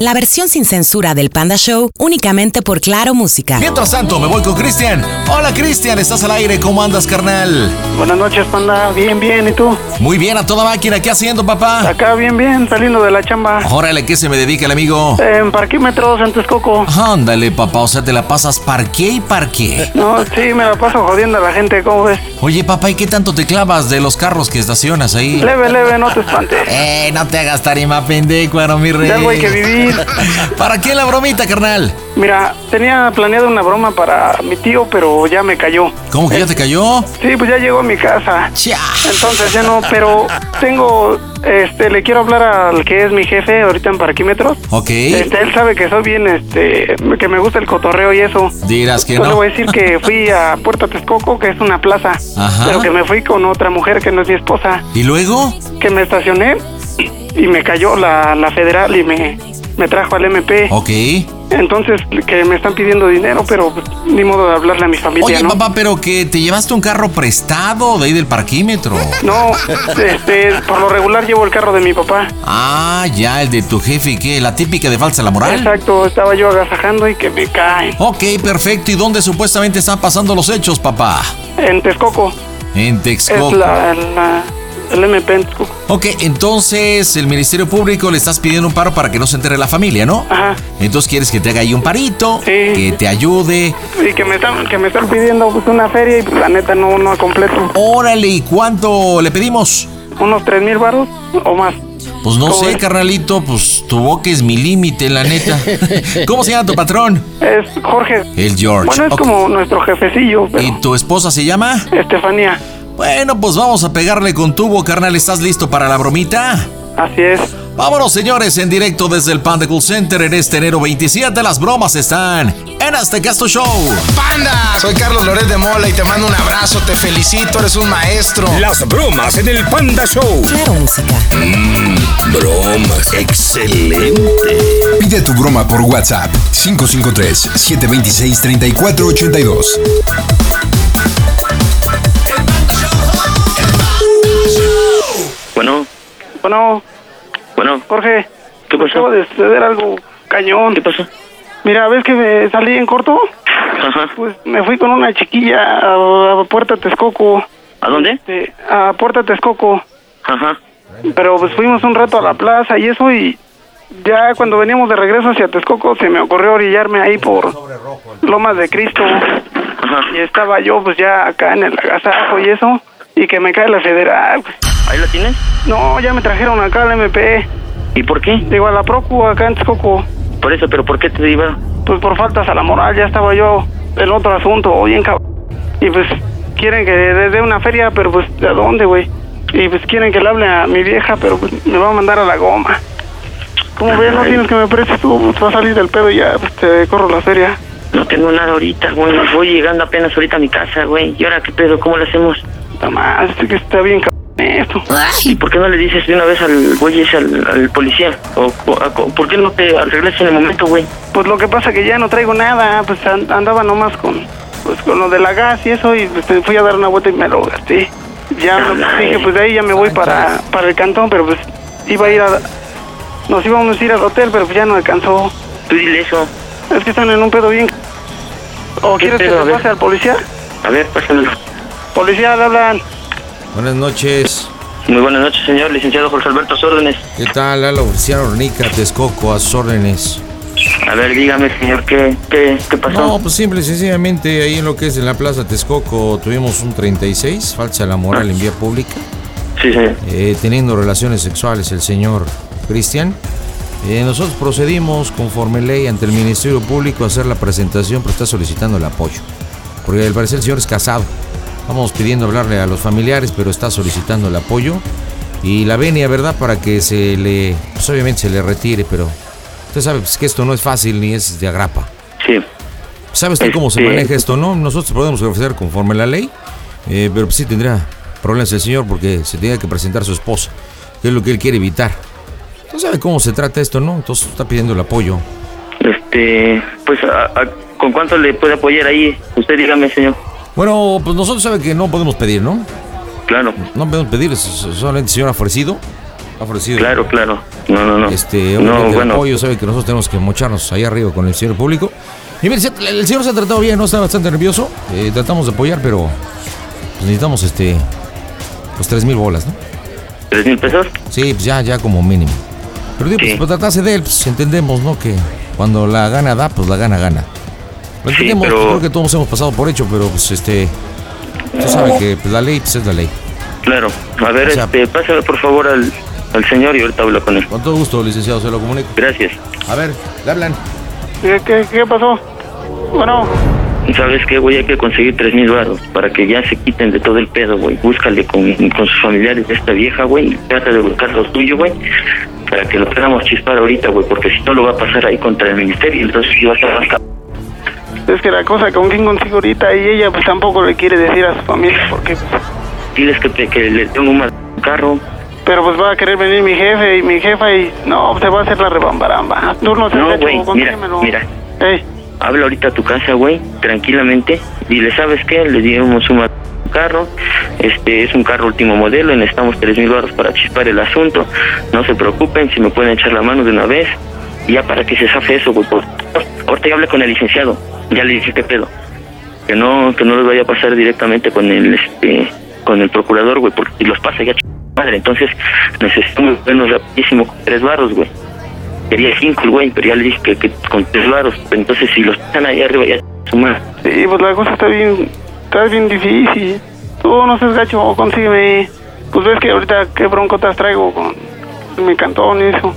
La versión sin censura del Panda Show únicamente por Claro Música. Mientras tanto, me voy con Cristian. Hola, Cristian, estás al aire. ¿Cómo andas, carnal? Buenas noches, panda. Bien, bien. ¿Y tú? Muy bien, a toda máquina. ¿Qué haciendo, papá? Acá bien, bien, saliendo de la chamba. Órale, ¿qué se me dedica el amigo? En parquímetros, en Texcoco. Ándale, papá, o sea, te la pasas parqué y parqué. No, sí, me la paso jodiendo a la gente, ¿cómo ves? Oye, papá, ¿y qué tanto te clavas de los carros que estacionas ahí? Leve, leve, no te espantes. Eh, no te hagas tarima pendecuaro, mi rey. De algo hay que vivir. ¿Para qué la bromita, carnal? Mira, tenía planeado una broma para mi tío, pero ya me cayó. ¿Cómo que ya te cayó? Sí, pues ya llegó a mi casa. Entonces ya no, pero tengo, este, le quiero hablar al que es mi jefe ahorita en parquímetros. Ok. Este, él sabe que soy bien, este, que me gusta el cotorreo y eso. Dirás que Yo le no. voy a decir que fui a Puerto Texcoco, que es una plaza, Ajá. pero que me fui con otra mujer que no es mi esposa, ¿Y luego? que me estacioné y me cayó la, la federal y me, me trajo al MP. Ok. Entonces, que me están pidiendo dinero, pero pues, ni modo de hablarle a mi familia, Oye, ¿no? papá, pero que te llevaste un carro prestado de ahí del parquímetro. No, este, por lo regular llevo el carro de mi papá. Ah, ya, el de tu jefe, ¿y ¿qué? La típica de falsa la moral. Exacto, estaba yo agasajando y que me cae. Ok, perfecto. ¿Y dónde supuestamente están pasando los hechos, papá? En Texcoco. En Texcoco. Eh, Es la, la- el MP en Texcoco. Ok, entonces el Ministerio Público le estás pidiendo un paro para que no se entere la familia, ¿no? Ajá. Entonces quieres que te haga ahí un parito, que te ayude. Y que me están, que me están pidiendo pues, una feria y pues, la neta no, no completo. Órale, ¿y cuánto le pedimos? Unos tres mil baros o más. Pues no ¿Cómo sé, ves? carnalito, pues tu boca es mi límite, la neta. ¿Cómo se llama tu patrón? Es Jorge. El George. Bueno, es Ok. como nuestro jefecillo, pero ¿Y tu esposa se llama? Estefanía. Bueno, pues vamos a pegarle con tubo, carnal. ¿Estás listo para la bromita? Así es. Vámonos, señores, en directo desde el Panda Cool Center en este enero 27. Las bromas están en Aztecasto Show. ¡Panda! Soy Carlos Loret de Mola y te mando un abrazo, te felicito, eres un maestro. Las bromas en el Panda Show. Claro, música. bromas, excelente. Pide tu broma por WhatsApp 553-726-3482. Bueno, Bueno, bueno. Jorge. ¿Qué pasó? Acaba de suceder algo cañón. ¿Qué pasó? Mira, ¿ves que me salí en corto? Ajá. Pues me fui con una chiquilla a, a Puerta Texcoco. ¿A dónde? Este, a Puerta Texcoco. Ajá. Pero pues fuimos un rato a la plaza y eso y ya cuando veníamos de regreso hacia Texcoco se me ocurrió orillarme ahí por Lomas de Cristo. Y estaba yo pues ya acá en el agasajo y eso y que me cae la federal. güey. ¿Ahí la tienes? No, ya me trajeron acá al MP. ¿Y por qué? Digo, a la Procu acá en Texcoco. Por eso, pero ¿por qué te llevaron? Pues por faltas a la moral ya estaba yo en otro asunto, oye, en cab- Y pues quieren que le dé una feria, pero pues, ¿a dónde, güey? Y pues quieren que le hable a mi vieja, pero pues me va a mandar a la goma. ¿Cómo ves? No Ay. tienes que me prestes tú, pues va a salir del pedo y ya, pues te corro la feria. No tengo nada ahorita, güey. Voy llegando apenas ahorita a mi casa, güey. ¿Y ahora qué pedo? ¿Cómo lo hacemos? Tomás, este que está bien, cabrón. Esto. ¿Y por qué no le dices de una vez al güey ese, al, al policía? ¿O, o- a- o- por qué no te arreglas en el momento, güey? Pues lo que pasa que ya no traigo nada, pues an- andaba nomás con, pues, con lo de la gas y eso, y pues, te fui a dar una vuelta y me lo gasté. Ya me- dije, pues de ahí ya me voy para, para el cantón, pero pues iba a ir a... Nos íbamos a ir al hotel, pero pues ya no alcanzó. Tú dile eso. Es que están en un pedo bien... c- ¿O ¿Qué quieres que pedo? A te ver. pase al policía? A ver, pásamelo. Policía, le hablan. Buenas noches. Muy buenas noches, señor. Licenciado Jorge Alberto, a sus órdenes. ¿Qué tal, Lalo? Oficial Ornica, Texcoco, a sus órdenes. A ver, dígame, señor, ¿qué, qué, qué pasó? No, pues simple y sencillamente ahí en lo que es en la Plaza Texcoco tuvimos un 36, falsa la moral en vía pública. Sí, señor. Eh, teniendo relaciones sexuales el señor Cristian. Eh, nosotros procedimos conforme ley ante el Ministerio Público a hacer la presentación, pero está solicitando el apoyo. Porque al parecer el señor es casado. Vamos pidiendo hablarle a los familiares, pero está solicitando el apoyo. Y la venia, ¿verdad? Para que se le, pues obviamente se le retire, pero usted sabe pues, que esto no es fácil ni es de agrapa. Sí. ¿Sabe usted cómo se Este- maneja esto, no? Nosotros podemos ofrecer conforme la ley, eh, pero pues sí tendrá problemas el señor porque se tiene que presentar su esposa, que es lo que él quiere evitar. ¿No sabe cómo se trata esto, no? Entonces está pidiendo el apoyo. Este, pues, a- a- ¿con cuánto le puede apoyar ahí? Usted dígame, señor. Bueno, pues nosotros sabe que no podemos pedir, ¿no? Claro. No podemos pedir, s- s- solamente el señor ha ofrecido. Ha ofrecido. Claro, claro. No, no, no. Este, no, obviamente el bueno. apoyo sabe que nosotros tenemos que mocharnos ahí arriba con el señor público. Y mire, se- el señor se ha tratado bien, no está bastante nervioso. Eh, tratamos de apoyar, pero pues, necesitamos este pues tres mil bolas, ¿no? ¿Tres mil pesos? Sí, pues ya, ya como mínimo. Pero digo, pues, pues, tratarse de él, pues entendemos, ¿no? Que cuando la gana da, pues la gana gana. Lo Sí, entendemos, pero- creo que todos hemos pasado por hecho, pero pues este. Tú sabes que pues, la ley pues, es la ley. Claro. A ver, O sea- este, pásame por favor al, al señor y ahorita hablo con él. Con todo gusto, licenciado, se lo comunico. Gracias. A ver, le hablan. ¿Qué, qué, qué pasó? Bueno, ¿Sabes qué, güey? Hay que conseguir tres mil baros para que ya se quiten de todo el pedo, güey. Búscale con, con sus familiares de esta vieja, güey. Trata de buscar lo tuyo, güey. Para que lo podamos chispar ahorita, güey. Porque si no, lo va a pasar ahí contra el ministerio. Entonces, sí va a estar más cabrón. es que la cosa con quien consigo ahorita y ella pues tampoco le quiere decir a su familia porque... pues, Diles que, te- que le tengo un mal carro. Pero pues va a querer venir mi jefe y mi jefa y no, se va a hacer la rebambaramba. Tú no te No, has hecho, güey, mira, consíguemelo. mira. Ey. Habla ahorita a tu casa, güey, tranquilamente. Dile, ¿sabes qué? Le dimos un carro. Este es un carro último modelo. y Necesitamos tres mil baros para chispar el asunto. No se preocupen, si me pueden echar la mano de una vez. Y ya para que se zafe eso, güey. por- Ahorita ya hablé con el licenciado. Ya le dije qué pedo. Que no, que no les vaya a pasar directamente con el, este, con el procurador, güey, porque si los pasa ya, ch- madre. Entonces necesitamos vernos rapidísimo con tres baros, güey quería cinco el güey, pero ya le dije que, que con tres varos, entonces si los están ahí arriba ya suma. Sí, pues la cosa está bien, está bien difícil. Tú no seas gacho, consígueme. Pues ves que ahorita qué broncotas traigo con mi cantón y eso.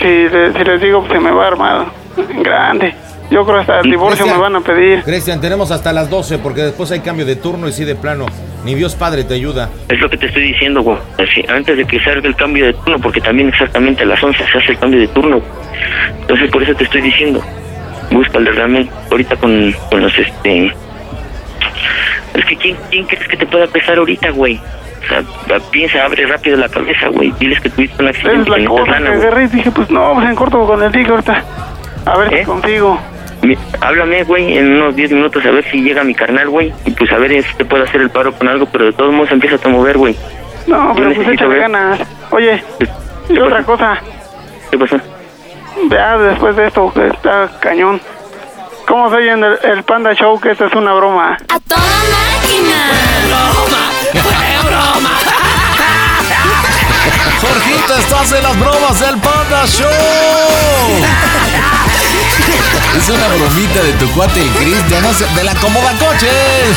Si, le- si les digo, pues se me va a armar en grande. Yo creo hasta el divorcio me van a pedir. Cristian, tenemos hasta las 12 porque después hay cambio de turno y sí de plano. Ni Dios Padre te ayuda. Es lo que te estoy diciendo, güey. Así, antes de que salga el cambio de turno, porque también exactamente a las 11 se hace el cambio de turno. Entonces por eso te estoy diciendo, búscale realmente ahorita con, con los este... Es que ¿quién, ¿quién crees que te pueda pesar ahorita, güey? O sea, piensa, abre rápido la cabeza, güey. Diles que tuviste un Esa es accidente. la que necesitas cosa que lana, güey. agarré y dije, pues no, pues en corto con el digo ahorita. A ver si consigo. Mi- Háblame, güey, en unos 10 minutos a ver si llega mi carnal, güey. Y pues a ver si te puedo hacer el paro con algo, pero de todos modos empieza a mover, güey. No, pero Yo pues necesito échale ver. ganas. Oye, y otra cosa. ¿Qué pasó? Vea después de esto, que está cañón. ¿Cómo se oye en el, el Panda Show que esta es una broma? Jorgito, estás en las bromas del Panda Show. Es una bromita de tu cuate el Chris, de, no sé, de la comoda coches.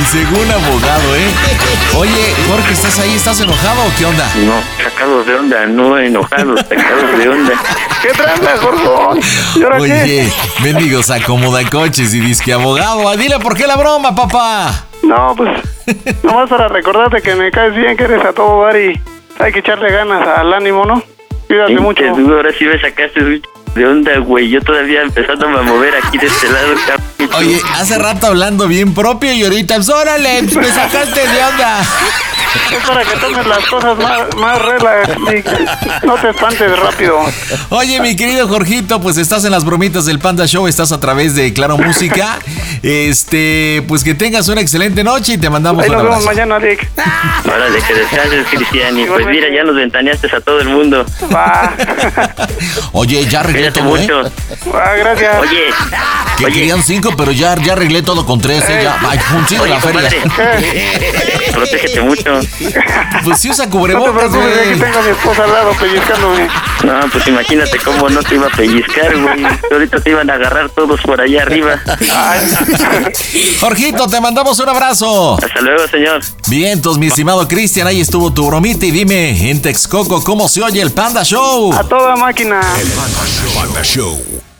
Y según abogado, ¿eh? Oye, Jorge, ¿estás ahí? ¿Estás enojado o qué onda? No, sacados de onda, no enojados, sacados de onda. ¿Qué tranza, Jorgón? ¿Y ahora Oye, mendigos acomoda coches y disque abogado. Ah, Dile por qué la broma, papá. No, pues nomás para recordarte que me caes bien, que eres a todo dar y hay que echarle ganas al ánimo, ¿no? Cuídate mucho. Pinche duro, ahora sí me sacaste un ch- de onda, güey. Yo todavía empezándome a mover aquí de este lado, cabrón. Oye, hace rato hablando bien propio y ahorita, pues, órale, pues, me sacaste de onda. Es para que tomes las cosas más, más relax y no te espantes rápido. Oye, mi querido Jorgito, pues estás en las bromitas del Panda Show, estás a través de Claro Música. Este, pues que tengas una excelente noche y te mandamos Ahí un nos vemos abrazo. mañana, Dick. Órale, que descanses, Cristiani. Pues mira, ya nos ventaneaste a todo el mundo. Oye, ya arreglé Cuídate todo, ¿eh? mucho. Ah, gracias. Oye, Que querían cinco, pero ya, ya arreglé todo con tres, ¿eh? Ya, ay, un chido oye, la feria. compadre. Protégete mucho. Pues sí usa No te cubrebocas, preocupes, aquí güey. tengo a mi esposa al lado pellizcándome. No, pues imagínate cómo no te iba a pellizcar, güey. Ahorita te iban a agarrar todos por allá arriba. Jorgito, te mandamos un abrazo. Hasta luego, señor. Bien, entonces, mi estimado Cristian, ahí estuvo tu bromita y dime en Texcoco cómo se oye el Panda Show. A toda máquina. El Panda Show. Panda Show.